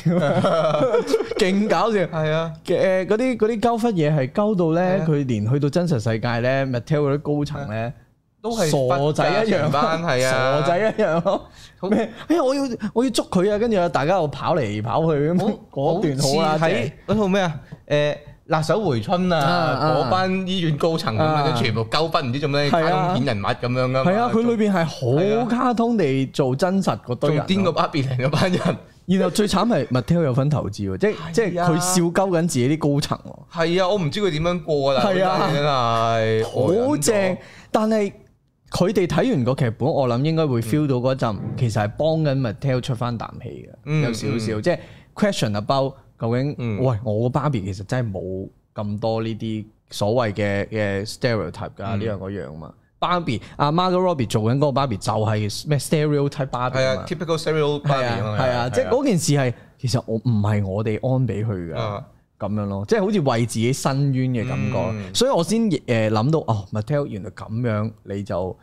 B: 勁搞笑。
A: 係啊，
B: 嘅嗰啲嗰啲鳩忽嘢係鳩到
A: 係
B: 咧，
A: 啊
B: 佢連去到真實世界咧，Mattel 嗰啲高層咧，
A: 都係
B: 傻仔一樣
A: 班係啊，
B: 傻仔一樣咯。
A: 好
B: 咩？哎呀，我要我要捉佢啊！跟住大家又跑嚟跑去咁， 嗰段好啦，
A: 似
B: 正
A: 睇嗰套咩啊？誒。辣手回春啊！
B: 啊
A: 嗰班醫院高層咁
B: 啊
A: 樣，全部鳩筆唔知做咩卡
B: 係啊
A: 通片人物咁樣噶嘛。
B: 係啊！佢裏邊係
A: 係
B: 好
A: 啊
B: 卡通地做真實嗰
A: 仲
B: 堆
A: 仲
B: 人
A: 癲過
B: 咯。
A: 芭比零嗰班人。
B: 然後最慘係 Mattel 有份投資喎，即係即係
A: 係啊
B: 佢笑鳩緊自己啲高層喎。
A: 係啊，我唔知佢點樣過啊！
B: 係啊
A: 真係
B: 好正，但係佢哋睇完個劇本，我諗應該
A: 嗯
B: 會 feel 到嗰陣，其實係幫緊 Mattel 出翻啖氣嘅，
A: 嗯
B: 有少少即係 question about 究竟，
A: 嗯
B: 喂，我個芭比其實真係冇咁多呢啲所謂嘅嘅 stereotype 㗎，
A: 嗯
B: 呢樣嗰樣嘛。芭比阿 Margot Robbie 做緊嗰個芭比就係咩 stereotype 芭比
A: 係啊
B: 啊
A: ，typical serial
B: 嘛，
A: 芭
B: 係
A: 比
B: 啊，係啊，即係嗰件事係其實我唔係我哋安俾佢㗎。
A: 啊
B: 咁樣咯，即係好似為自己伸冤嘅感覺，
A: 嗯
B: 所以我先誒諗到哦，Mattel 原來咁樣你就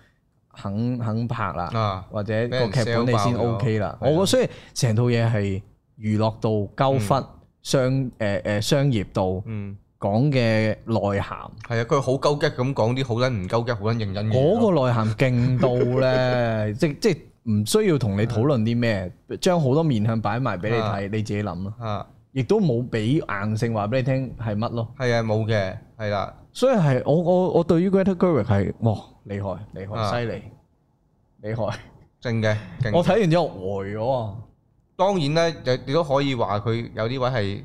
B: 肯肯拍啦，
A: 啊
B: 或者
A: 俾
B: 個
A: 人
B: 劇本你先
A: sell 爆咗
B: OK 啦。
A: 係啊
B: 我覺得所以成套嘢係娛樂度、鳩忽、商誒誒商業度
A: 嗯。
B: 講嘅內涵，
A: 係啊，佢好鳩激咁講啲好撚唔鳩激、好撚認真嘅嘢
B: 嗰
A: 咯。
B: 個內涵勁到 咧，即即係唔需要同你討論啲咩，將好多面向擺埋俾你
A: 啊
B: 睇，你自己諗咯，
A: 啊，
B: 亦都冇俾硬性話俾你聽係乜咯。
A: 係啊，冇嘅，係啦，
B: 所以係我我我對於 Greta Gerwig 係哇厲害厲
A: 啊
B: 害犀利厲害，
A: 正嘅，勁
B: 我睇完之後呆咗啊！
A: 當然咧，有你都可以話佢有啲位係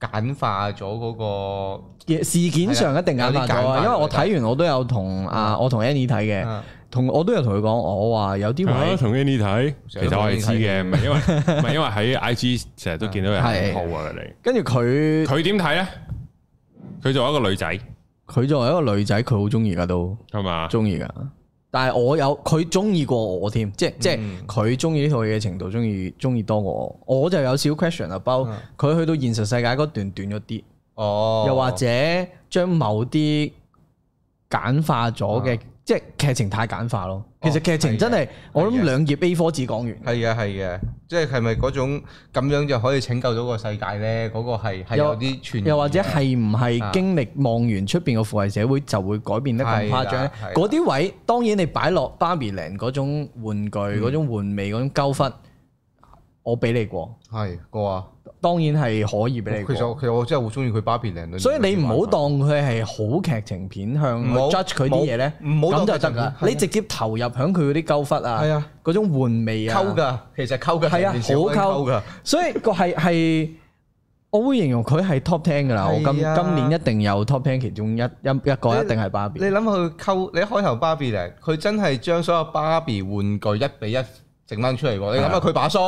A: 簡化咗嗰、個
B: 嘢事件上一定眼化
A: 有啲
B: 咗
A: 簡化
B: 啊，
A: 咗
B: 因為我睇完我都有同啊我同 Annie 睇嘅，
A: 啊
B: 同我都有同佢講，我話有啲
C: 係啊
B: 位
C: 同 Annie 睇，其實我係知嘅，唔係因為唔係因為喺 IG 成日都見到有
B: 係
C: 人鋪啊你。
B: 跟住佢
C: 佢點睇咧？佢作為一個女仔
B: 佢作為一個女仔，佢好中意噶都
C: 係
A: 啊
C: 嘛？
B: 中意噶，但係我有佢中意過我添，即係
A: 嗯
B: 即係佢中意呢套嘢嘅程度中意中意多過我，我就有少 question 啊，包
A: 啊
B: 佢去到現實世界嗰段短咗啲。
A: 哦，
B: 又或者將某啲簡化咗嘅，即係劇情太簡化咯。其實劇情真係、我諗
A: 哦係嘅
B: 兩頁 A4 紙講完，
A: 係嘅係嘅，即係係咪嗰種咁樣就可以拯救到個世界咧？嗰、個係係
B: 又
A: 有啲傳言嘅，
B: 又或者係唔係
A: 啊
B: 經歷望完出邊個腐敗社會就會改變得咁誇張
A: 係
B: 咧
A: 啦係啦
B: 嗰啲位當然你擺落芭比 land 嗰種玩具、
A: 嗯
B: 嗰、種玩味、嗰種鳩忽，我俾你過，
A: 係個啊？
B: 當然係可以
A: 其
B: 俾
A: 實
B: 你過。
A: 我其實我真係好中意佢芭比靚
B: 所以你唔好當佢係好劇情片向去
A: 唔好
B: judge 佢啲嘢咧，
A: 唔好
B: 咁
A: 當
B: 就
A: 劇
B: 得
A: 情
B: 噶。
A: 片啊
B: 你直接投入響佢嗰啲鳩忽
A: 係
B: 啊
A: 啊，
B: 嗰種玩味啊，
A: 溝㗎，其實溝㗎，
B: 係啊，
A: 成件事好
B: 好
A: 撚溝㗎
B: 溝。。所以個係係，我會形容佢係 top ten 噶啦。我今
A: 係啊
B: 今年一定有 top ten 其中一一一個一定係芭比
A: 你。諗下佢溝，你一開頭芭比咧，佢真係將所有芭比玩具一比一整翻出嚟喎。你
B: 啊
A: 諗下佢把梳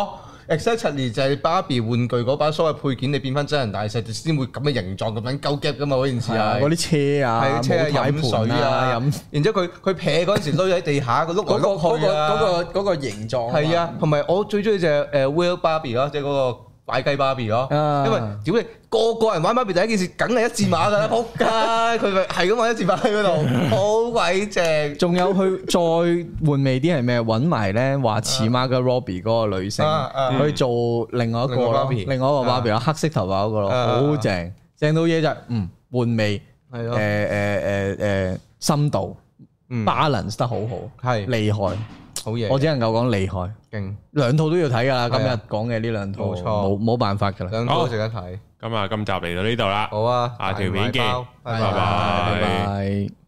A: ，exactly 就係芭比玩具嗰把梳嘅配件，你變翻真人大細先會咁嘅形狀咁樣鳩夾噶嘛嗰件事
B: 係啊
A: 啊。
B: 嗰啲車
A: 係
B: 啊，
A: 車啊
B: 冇軚
A: 飲
B: 盤
A: 水啊，
B: 飲
A: 然之後佢佢撇嗰陣時攞喺地下，個碌
B: 嗰
A: 嚟
B: 個
A: 碌
B: 嗰
A: 去啊。
B: 個嗰個嗰個形狀嘛
A: 嗯係啊，同埋我最中意就係誒 Will 呃 Barbie 咯，即係嗰個擺雞芭比咯，
B: 啊
A: 因為屌你個個人玩芭比第一件事，梗係一字馬㗎 啦，仆街！佢咪係咁玩一字馬喺嗰 度，好鬼正。
B: 仲有佢 再換味啲係咩？揾埋咧話似 Margot Robbie 嗰個女星
A: 啊啊
B: 去做另外一個
A: 另外
B: 咯，
A: Barbie
B: 另外一個 Barbie 咯，黑色頭髮嗰個咯，
A: 啊啊
B: 好正，正到嘢就係嗯換味，
A: 係
B: 誒
A: 咯
B: 誒誒誒深度
A: 嗯
B: balance 得好好，
A: 係
B: 厲害，
A: 好嘢，
B: 我只能夠講厲害，
A: 勁
B: 兩套都要睇㗎啦，今日
A: 係啊
B: 講嘅呢兩套
A: 冇錯
B: 冇冇辦法㗎啦，
A: 兩個都值得睇。
C: 咁啊，今集嚟到呢度啦，
A: 好啊，
C: 下條
A: 大賣
C: 片見
A: 包拜
C: 拜
A: 拜
B: 拜
C: 拜
B: 拜。